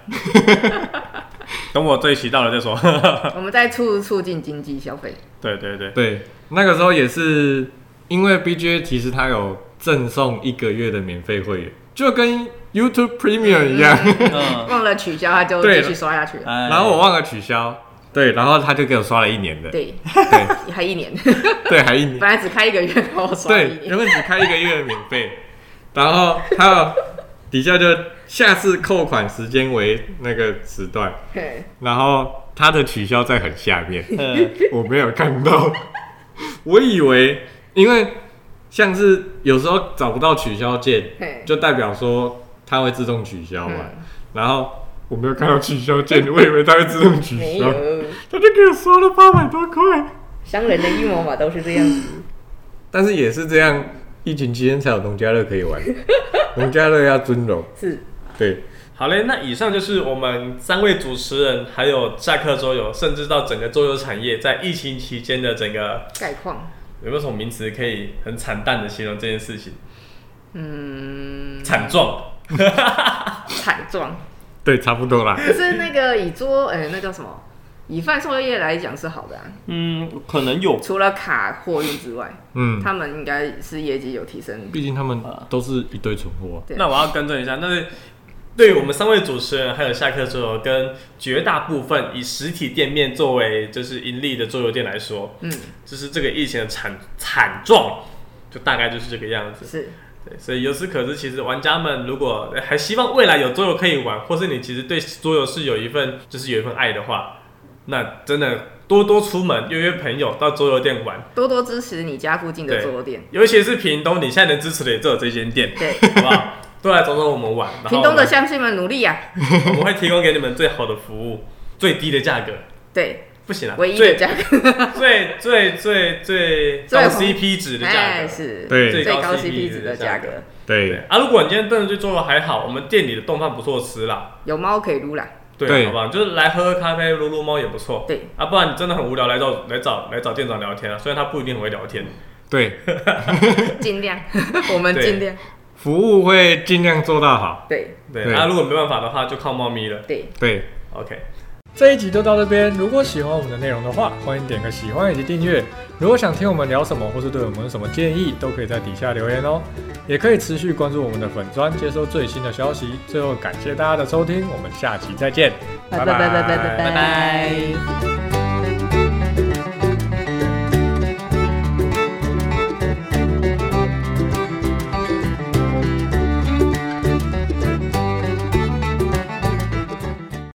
[SPEAKER 4] 等我这一期到了再说，
[SPEAKER 2] 我们在促促进经济消费，
[SPEAKER 4] 对对对，
[SPEAKER 3] 对，那个时候也是因为 BGA 其实它有赠送一个月的免费会员，就跟 YouTube Premium 一样，
[SPEAKER 4] 嗯，
[SPEAKER 2] 忘了取消它就
[SPEAKER 3] 对
[SPEAKER 2] 继续刷下去了，
[SPEAKER 4] 哎
[SPEAKER 3] 然后我忘了取消，对，然后他就给我刷了一年的，
[SPEAKER 2] 对，
[SPEAKER 3] 对
[SPEAKER 2] 还一年，
[SPEAKER 3] 对，还一年
[SPEAKER 2] 本，来只开一个月，然后刷一
[SPEAKER 3] 对，
[SPEAKER 2] 年
[SPEAKER 3] 原，本只开一个月的免费，然后还有底下就下次扣款时间为那个时段，
[SPEAKER 2] 嘿
[SPEAKER 3] 然后它的取消在很下面，
[SPEAKER 4] 嗯
[SPEAKER 3] 我没有看到， 我以为因为像是有时候找不到取消
[SPEAKER 2] 嘿
[SPEAKER 3] 键，就代表说它会自动取消嘛，
[SPEAKER 2] 嗯
[SPEAKER 3] 然后我没有看到取消键，我以为它会自动取
[SPEAKER 2] 没
[SPEAKER 3] 消，
[SPEAKER 2] 有，
[SPEAKER 3] 它就给我刷了八百多块，
[SPEAKER 2] 商人的阴谋嘛都是这样子，
[SPEAKER 3] 但是也是这样，疫情期间才有农家乐可以 玩，农家乐要尊荣，
[SPEAKER 2] 是
[SPEAKER 3] 对，
[SPEAKER 4] 好嘞，那以上就是我们三位主持人，还有下课桌游，甚至到整个桌游产业在疫情期间的整个
[SPEAKER 2] 概况，
[SPEAKER 4] 有没有什么名词可以很惨淡的形容这件事情？
[SPEAKER 2] 嗯，
[SPEAKER 4] 惨状，
[SPEAKER 2] 惨状
[SPEAKER 3] 对，差不多啦。
[SPEAKER 2] 可是那个以桌，哎、那叫什么？以贩售业来讲是好的、啊，
[SPEAKER 4] 嗯，可能有
[SPEAKER 2] 除了卡货运之外，
[SPEAKER 3] 嗯，
[SPEAKER 2] 他们应该是业绩有提升。
[SPEAKER 3] 毕竟他们都是一堆存货、啊。
[SPEAKER 2] 对
[SPEAKER 4] 那我要更正一下，但是对于我们三位主持人，还有下课桌游跟绝大部分以实体店面作为就是盈利的桌游店来说，
[SPEAKER 2] 嗯，
[SPEAKER 4] 就是这个疫情的惨惨状，就大概就是这个样子。
[SPEAKER 2] 是，
[SPEAKER 4] 对，所以由此可知，其实玩家们如果呃还希望未来有桌游可以玩，或是你其实对桌游是有一份就是有一份爱的话，那真的多多出门约约朋友到桌游店玩，
[SPEAKER 2] 多多支持你家附近的
[SPEAKER 4] 对
[SPEAKER 2] 桌店。
[SPEAKER 4] 尤其是屏东，你现在能支持的也只有这间店，
[SPEAKER 2] 对，
[SPEAKER 4] 好不好？多来找找我们玩，然后
[SPEAKER 2] 屏东的乡亲们努力呀、啊！
[SPEAKER 4] 我们会提供给你们最好的服务，最低的价格，
[SPEAKER 2] 对，
[SPEAKER 4] 不行啊，
[SPEAKER 2] 唯一的
[SPEAKER 4] 最
[SPEAKER 2] 价格，
[SPEAKER 4] 最最最最
[SPEAKER 2] 最
[SPEAKER 4] 高
[SPEAKER 2] 红
[SPEAKER 4] CP 值的价
[SPEAKER 2] 哎，
[SPEAKER 4] 格。
[SPEAKER 2] 是
[SPEAKER 3] 对
[SPEAKER 2] 最
[SPEAKER 4] 最高
[SPEAKER 2] 高
[SPEAKER 4] CP
[SPEAKER 2] CP 值的价
[SPEAKER 4] 值的价
[SPEAKER 2] 格，
[SPEAKER 4] 对
[SPEAKER 3] 对，
[SPEAKER 4] 啊，如果你今天真的对桌游还好，我们店里的冻饭不错吃啦，
[SPEAKER 2] 有猫可以撸啦。
[SPEAKER 4] 对，啊
[SPEAKER 3] 对
[SPEAKER 4] 好不好？就是来喝喝咖啡、撸撸猫也不错。
[SPEAKER 2] 对
[SPEAKER 4] 啊，不然你真的很无聊，来找来找来找店长聊天啊，虽然他不一定很会聊天。
[SPEAKER 3] 对，
[SPEAKER 2] 尽量，我们
[SPEAKER 4] 对
[SPEAKER 2] 尽量，
[SPEAKER 3] 服务会尽量做到好。
[SPEAKER 2] 对
[SPEAKER 4] 对，
[SPEAKER 3] 对
[SPEAKER 4] 啊，如果没办法的话，就靠猫咪了。
[SPEAKER 2] 对，
[SPEAKER 3] 对，
[SPEAKER 4] OK，
[SPEAKER 5] 这一集就到这边。如果喜欢我们的内容的话，欢迎点个喜欢以及订阅。如果想听我们聊什么，或是对我们有什么建议，都可以在底下留言哦。也可以持续关注我们的粉砖，接收最新的消息。最后感谢大家的收听，我们下期再见，
[SPEAKER 2] 拜拜拜拜拜拜拜拜。